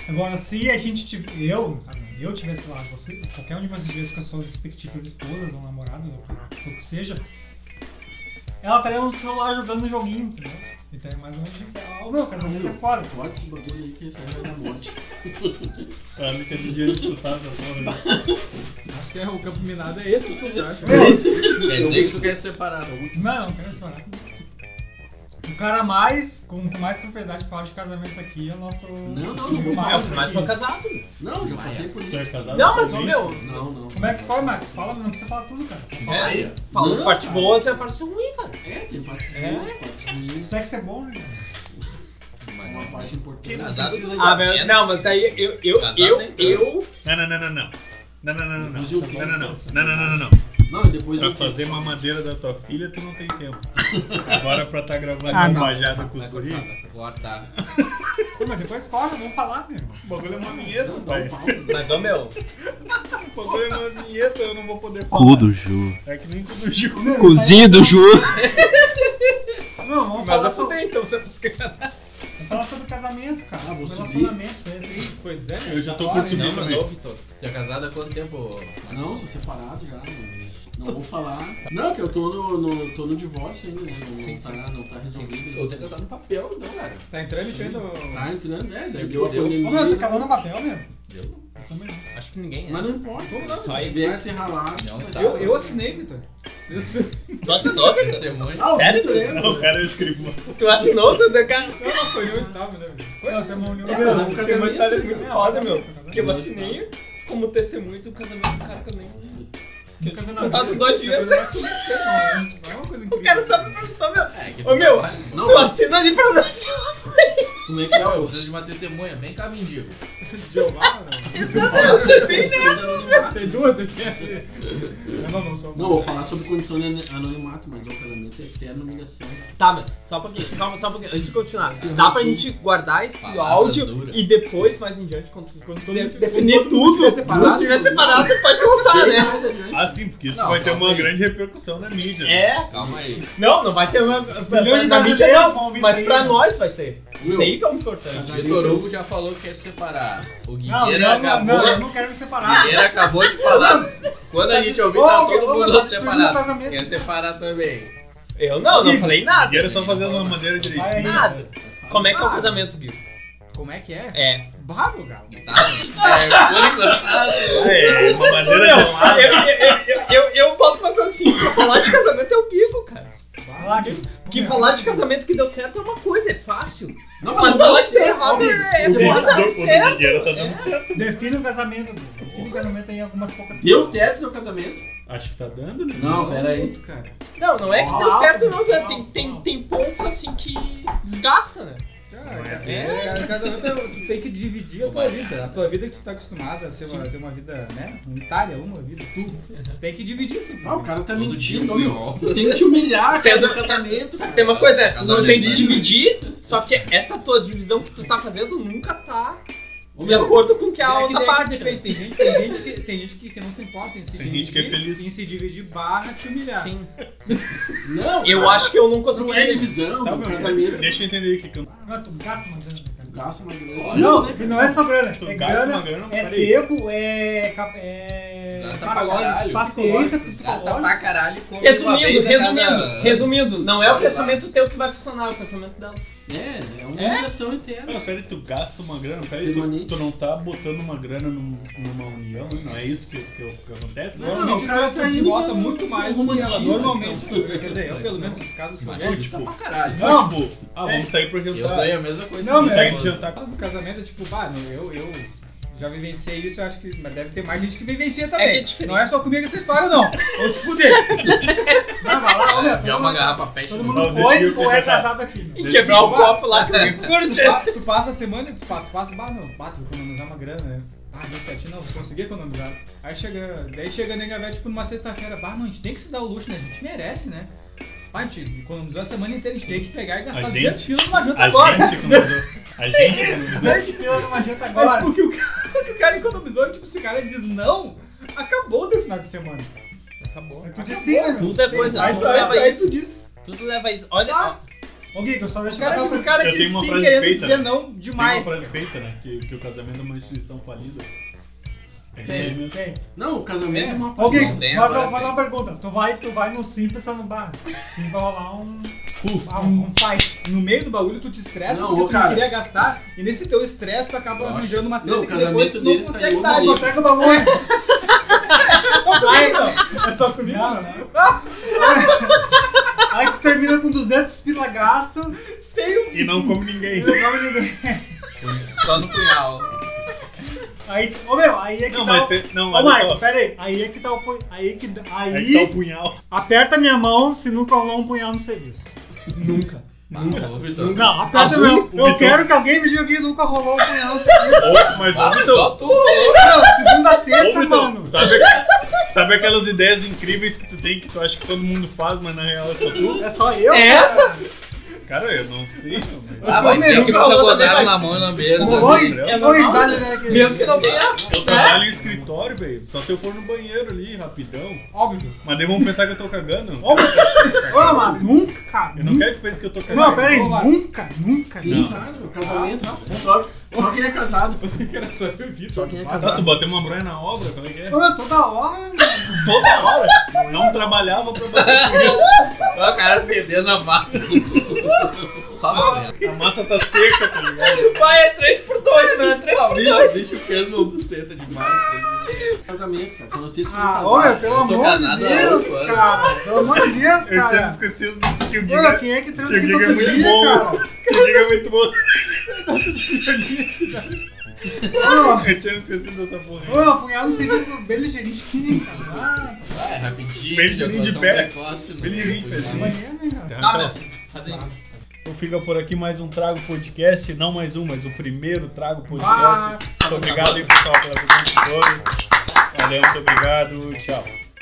C: Agora, se a gente tiver. Eu, eu tivesse lá, você, qualquer um de vocês tivesse com as suas respectivas esposas ou namoradas, ou o que seja, ela estaria no celular jogando um joguinho, entendeu? Então é mais ou menos isso. Ah, meu, casamento é foda.
B: Corta esse bagulho aí que isso aí vai dar morte.
A: Ah, não teve dinheiro de soltar essa porra. aí.
E: Acho que é, o campo minado é esse assunto, eu acho.
C: Meu,
F: Quer dizer que tu quer separar.
C: Não, não quero chorar. O cara mais, com com mais propriedade fala de casamento aqui é o nosso.
B: Não, não, não.
C: amigo
D: É,
C: Marcos
D: o mais
C: aqui.
D: foi casado.
B: Não, já passei por
A: Tu é
B: isso.
A: casado?
D: Não, mas, ô,
A: Sim.
D: meu,
B: Não, não.
C: Como é que foi, Marcos? Fala, não precisa falar tudo, cara.
D: É,
F: Aí, ó.
D: falando as
B: Não,
D: partes
B: cara.
D: boas e a parte ruim, cara.
B: É, tem partes
D: É.
B: boas, partes ruins.
C: Sexo é bom, né?
B: É uma parte importante.
C: Que
F: Casado
D: Ah, mas, não, mas aí eu, eu,
F: Casado
D: eu,
F: nem tanto.
D: eu,
A: Não, não, não, não, não. Não, não, não, não, não.
B: Mas e o que? um
A: Não, não, não. Não, não, não, não, não.
B: Não, e depois
A: Pra
B: eu
A: fazer mamadeira da tua filha, tu não tem tempo. Agora pra tá gravando
C: Ah,
A: uma bajada com os guris,
F: Corta.
C: Pô, mas depois corre, vamos falar, meu.
A: o bagulho é uma vinheta,
B: dá um
A: pai.
B: pau.
D: mas ô meu,
A: O bagulho é uma vinheta, eu não vou poder falar.
I: Cu do Ju.
A: É que nem tudo junto.
C: Meu,
I: *laughs* Cozinho do Ju.
C: Não, vamos
D: mas
C: falar,
D: eu
C: sobre,
D: fudei então, você buscar.
C: vamos falar sobre casamento, cara.
B: Ah, vou
C: relacionamento, isso aí é triste.
E: Pois é,
A: Eu já né? tô consumindo
F: Não, mas
A: também.
F: ô, Vitor. Tu é casado há quanto tempo? Marcos?
B: Não, sou separado já. não- Não vou falar. Não, que eu tô no, no- tô no divórcio ainda, né? Não,
D: Sim,
B: tá, não tá resolvido.
F: Eu tenho casado no papel, não, cara.
E: tá em trâmite ainda? ô?
B: Tá entrando, é,
F: Sim,
B: daí deu a
F: deu.
B: pandemia.
C: Ô, meu, tu acabou no papel, meu?
F: Deu.
C: Eu também não.
D: Acho que ninguém,
B: Mas
D: né?
B: não importa.
D: Só aí
B: Se
D: ver.
B: vier se ralar.
F: Não
B: mas
F: está.
E: Eu, eu assinei, Vitor. Eu assinei.
D: Tu assinou, Vitor?
F: Testemunho.
B: Ah, o
D: Sério? é
B: Vitor é,
A: Não, o cara é escrivão.
D: Tu assinou, tu, cara?
E: Não, foi eu estava, né? Vitor? Foi
C: Eu tenho uma união.
B: É,
C: Meu,
B: mas é um
D: Tem uma
B: casamento,
D: história
B: cara.
D: muito
C: é,
D: foda,
C: casamento,
D: meu.
C: casamento.
D: Que eu assinei como testemunho do casamento do cara que eu nem.
C: Nunca vi nada.
D: Contado dois dias.
E: Não é uma coisa
D: O
E: incrível.
D: cara só me perguntou, meu.
F: É, que
D: Ô, meu.
F: trabalho.
B: Não,
D: Tu assina ali pra nós.
B: como é que é
F: Eu
B: o
F: preciso de uma testemunha. Vem cá, mendigo.
E: Jeová, né? Tem duas aqui. Não, não, não, só
B: Não, vou falar sobre condição de an- anonimato, mas o casamento é eterna humilhação.
D: Tá, meu, só um pouquinho, calma, só um pouquinho, antes de continuar.
B: Sim,
D: Dá pra
B: sim.
D: gente guardar esse
F: Palavras
D: áudio
F: duras.
D: e depois, mais em diante, quando, quando
E: todo
D: de-
E: mundo-
D: definir
E: quando todo mundo
D: tudo,
E: tiver
D: quando
B: separado,
D: tiver separado, pode lançar, né?
B: Mais adiante.
A: Ah, sim, porque isso
F: Não,
A: vai ter
F: calma
A: uma
F: aí.
A: grande repercussão na mídia. né?
D: É,
F: Calma aí.
D: não, não vai ter uma.
C: de
D: na mídia
C: brasileiros
D: não,
C: vão ouvir
D: mas
C: isso
D: pra
C: aí.
D: nós vai ter. Isso
B: Meu.
D: aí que é o importante.
B: Já
F: Vitor
B: dei-
F: Hugo já falou que quer separar. O
C: Não,
F: Guilherme
C: não, não,
F: acabou.
C: não, eu não quero me separar.
F: Guilherme acabou de falar. Quando a gente ouvir, tá
C: Ô,
F: todo
C: ô,
F: mundo
C: tá destruindo o
F: separado.
C: casamento.
F: Quer separar também.
D: Eu não, não falei nada.
A: E era só fazer uma maneira
C: Vai aí.
A: direitinho. Ah,
D: Nada. Como é que é o casamento, Gui?
I: Como é que
D: É.
I: Bravo, galo.
F: Tá? É,
A: É, uma maneira gelada.
D: *laughs* Eu, eu, eu, eu, eu boto uma coisa assim, pra falar de casamento é o Guigo, cara.
C: Vai lá, Gui.
D: Porque falar de casamento que deu certo é uma coisa, é fácil.
B: Não,
D: Mas
B: não
D: falar
B: deu
D: que deu
B: certo,
D: errado
B: óbvio.
D: é.
A: O
D: Você
A: do-
D: pode dar
A: do- o
D: certo.
A: do dinheiro tá dando certo.
C: Defina o casamento, Gui. Defina o casamento em algumas poucas
B: Deu certo o seu casamento?
A: Acho que tá dando, né?
B: Não, pera aí.
E: cara.
D: Não, não é que deu
B: Uau,
D: certo, não.
B: uau,
D: Tem, tem,
B: uau.
D: tem pontos assim que desgasta, né?
E: Cara, cara,
D: É.
E: cara, casamento é- tu tem que dividir a tua vida. A tua vida que tu tá acostumada a ser uma, ter uma vida, né? Unitária, uma vida, tu. Tem que dividir sim.
B: Ah, o cara tá
F: Todo
B: mentindo,
F: dia,
B: ó, meu.
F: ó.
B: Tu tem que te humilhar, cara,
D: Sendo-
B: no casamento.
D: Só que tem uma coisa, né? Tu não
F: Casamento,
D: tem de
F: né?
D: dividir, só que essa tua divisão que tu tá fazendo nunca tá
B: Ô,
D: de
B: meu,
D: acordo com o que a
E: É que
D: outra
E: daí que
D: parte. né?
E: depende. Tem gente,
C: né?
E: tem gente, que, tem gente que, que não se importa em se
A: Tem gente que é
E: dividir,
A: feliz.
E: em se dividir barra se humilhar.
D: Sim.
B: Não,
D: Eu
B: cara,
D: acho que eu não consegui.
B: né? não é divisão,
A: Tá,
B: o
A: meu,
B: casamento.
A: Deixa eu entender aqui que eu
E: Ah,
C: Não, tu gasta uma grana, cara.
B: Gasta uma grana.
F: Lógico,
C: Não,
B: né, cara?
C: não é só grana.
A: Tu
C: É
A: gasta uma
C: grana,
A: grana,
C: é
A: peraí.
C: tempo, é. cap- é
F: Gasta
C: paci-
F: pra caralho,
C: Paciência
F: Gasta
C: psicológica.
F: pra caralho. come uma
D: Resumindo,
F: vez a
D: resumindo,
F: cada-
D: resumindo, não é o
F: Olha lá.
D: pensamento teu que vai funcionar, é o pensamento dela.
B: É, é uma
D: É?
B: humilhação eterna.
A: Não, peraí, tu gasta uma grana, peraí, tu,
B: Permanente.
A: tu não tá botando uma grana num- numa união, não é isso que, que, que acontece?
B: Não,
E: Normalmente
B: o cara
E: tu
B: tá indo
E: gosta
B: pelo-
E: muito mais
B: pelo
E: do que ela.
B: romantismo,
E: Normalmente,
B: então.
E: né? quer dizer, eu pelo menos nos casos que eu
F: Mas,
E: vejo,
F: tá pra caralho.
A: Não, tipo, ah, vamos sair pra
F: Eu
A: jantar.
F: ganho a mesma coisa
C: Não,
F: que
C: meu,
F: você.
A: Sai pra jantar.
E: fala do casamento é tipo, pá, não, eu, eu já vivenciei isso, eu acho que mas deve ter mais gente que vivencia também.
D: É que é diferente.
E: Não é só comigo essa história, não. Vou se
F: *laughs*
E: fuder.
C: Vai, vai lá, olha,
F: Já
C: todo
F: É uma
C: mundo-
F: garrafa pet
C: Todo
F: no
C: mundo
A: Não,
F: meu.
A: deixa eu
C: foi ou é
A: pensar.
C: casado aqui.
D: E quebrar o copo lá que eu curte.
E: Tu pa- Tu passa a semana e tu pa- tu passa, bah, não, bah, tu vou economizar uma grana, né? Ah, deu certinho, não, consegui economizar. Aí chega, daí chega a nega velha, tipo, numa sexta-feira, bah, não, a gente tem que se dar o luxo, né? A gente merece, né? Ah, a gente economizou a semana inteira, a gente tem que pegar e gastar
A: A
E: 200
A: gente-
E: quilos numa janta
A: A
E: agora.
A: gente economizou. A gente economizou.
C: 7 pila numa janta
E: Mas *laughs*
C: agora.
E: porque o cara, o que o cara economizou, tipo, se o cara diz não, acabou o teu final de semana.
D: Acabou.
C: Tu disse sim, né?
D: Tudo é coisa,
E: Aí
D: tudo
E: tu, aí,
D: leva
E: tu- aí
D: isso.
E: tu diz.
D: Tudo leva isso. Olha, ó,
C: Ô, Gui, eu só deixa
E: O
C: eu passar
E: cara,
C: pra
E: o cara
A: Eu
E: diz
A: tenho uma
E: sim
A: frase
E: querendo
A: feita.
E: dizer não
A: Tem uma
E: demais.
A: frase feita, né? Que, que o casamento é uma instituição falida.
C: Tem, tem.
B: Não, o casamento é, uma
C: Ô,
B: parte.
C: Giggs,
F: tem,
C: mas eu
F: agora
C: vou fazer uma pergunta. Tu vai, tu vai no Sim pensando, bah, Sim vai rolar um. ah, um fight.
E: No meio do bagulho tu te estressa
B: Não,
E: porque
B: ô,
E: tu
B: cara.
E: não queria gastar. E nesse teu estresse tu acaba
F: Nossa.
E: arranjando uma treta
B: Não, o
E: que depois
B: casamento
E: tu
B: deles
E: não
B: tá
E: consegue
B: em
E: dar.
B: outra
E: Não
B: lista.
E: consegue o bagulho.
C: Ah, então. É só comigo?
E: Não,
C: *laughs* Aí tu termina com 200 pila gasto.
E: Sem
A: E não como
C: é
A: ninguém.
F: Só no punhal.
C: Aí, ô meu, aí é que
A: Não,
C: tá
A: mas
C: o...
A: tem- não,
C: Ô, é
A: olha
C: Michael,
A: só.
C: pera aí. Aí é que tá o punho. Aí que. Aí,
A: Aí tá o punhal.
C: aperta minha mão se nunca rolar um punhal no serviço. Nunca.
F: Nunca. Ô, Vitor.
C: Não, aperta
A: Azul,
C: minha mão.
A: o
C: Eu
A: Vitor.
C: quero que alguém me diga que nunca rolou um punhal no serviço.
A: Ô, mas
F: Ah,
A: ô,
F: mas
A: Vitor,
F: só tu! ô.
C: Não, segunda a
A: ô,
C: sexta,
A: Vitor,
C: mano.
A: sabe, aqu- sabe aquelas ideias incríveis que tu tem que tu acha que todo mundo faz, mas na real é só tu?
C: É só eu?
F: Essa?
A: Cara, eu não sei, mas...
F: Ah, vai dizer que nunca gozaram na mão e
C: um
F: lamberam também.
C: Oi,
A: É
C: oi, vale, né? que-
F: Mesmo que não tenha.
A: Eu trabalho em escritório, velho. Só se eu for no banheiro ali, rapidão.
C: Óbvio.
A: Mas daí vão pensar que eu tô cagando.
C: Ô, mano, nunca, cara.
A: Eu não quero que pense que eu tô cagando.
C: Não, pera aí,
A: Ô,
C: nunca, nunca.
B: Sim,
A: Não.
B: claro, o casamento. só, só quem é casado.
A: Você que era só eu vi.
B: Só quem é
A: Ah, tá, tu
B: casado.
A: bateu uma bronha na obra? Como é que é?
C: Ô, meu, toda hora.
A: Toda hora. Não trabalhava pra bater
F: Ó, O cara perdendo a massa.
A: *laughs*
F: Só na
A: punheta. A massa tá seca, tá ligado?
I: Vai, é 3 por 2,
D: né?
I: mano. É 3 por
F: Bicho, o bicho fez uma buceta de massa.
B: Casamento, cara. Pra vocês foram
C: Ah, ô, meu,
B: casados.
C: pelo
F: Eu sou
C: amor de
F: casado há oito
C: Deus,
F: anos.
C: cara. Pelo amor de Deus,
A: Eu tinha me
C: cara.
A: esquecido que o
C: Mano,
A: Giga,
C: quem é que
A: que o
C: transa aqui
A: Giga é
C: todo
A: muito
C: dia,
A: bom.
C: cara?
A: Que o Giga é muito bom. Eu tinha me esquecido dessa
C: Ô,
A: porra.
C: meu, apunhado no serviço beligerinho, cara.
F: Ah, é rapidinho,
A: Bem de
F: ejaculação
A: pé.
F: precoce.
A: Bem
F: né?
A: limpo,
C: Ah,
A: assim.
C: amanhã, né, cara?
A: Tá,
D: meu.
A: Então fica por aqui mais um Trago Podcast, não mais um, mas o primeiro Trago Podcast.
C: Ah,
A: muito obrigado aí, pessoal, pela presença de todos. Valeu, muito obrigado, tchau.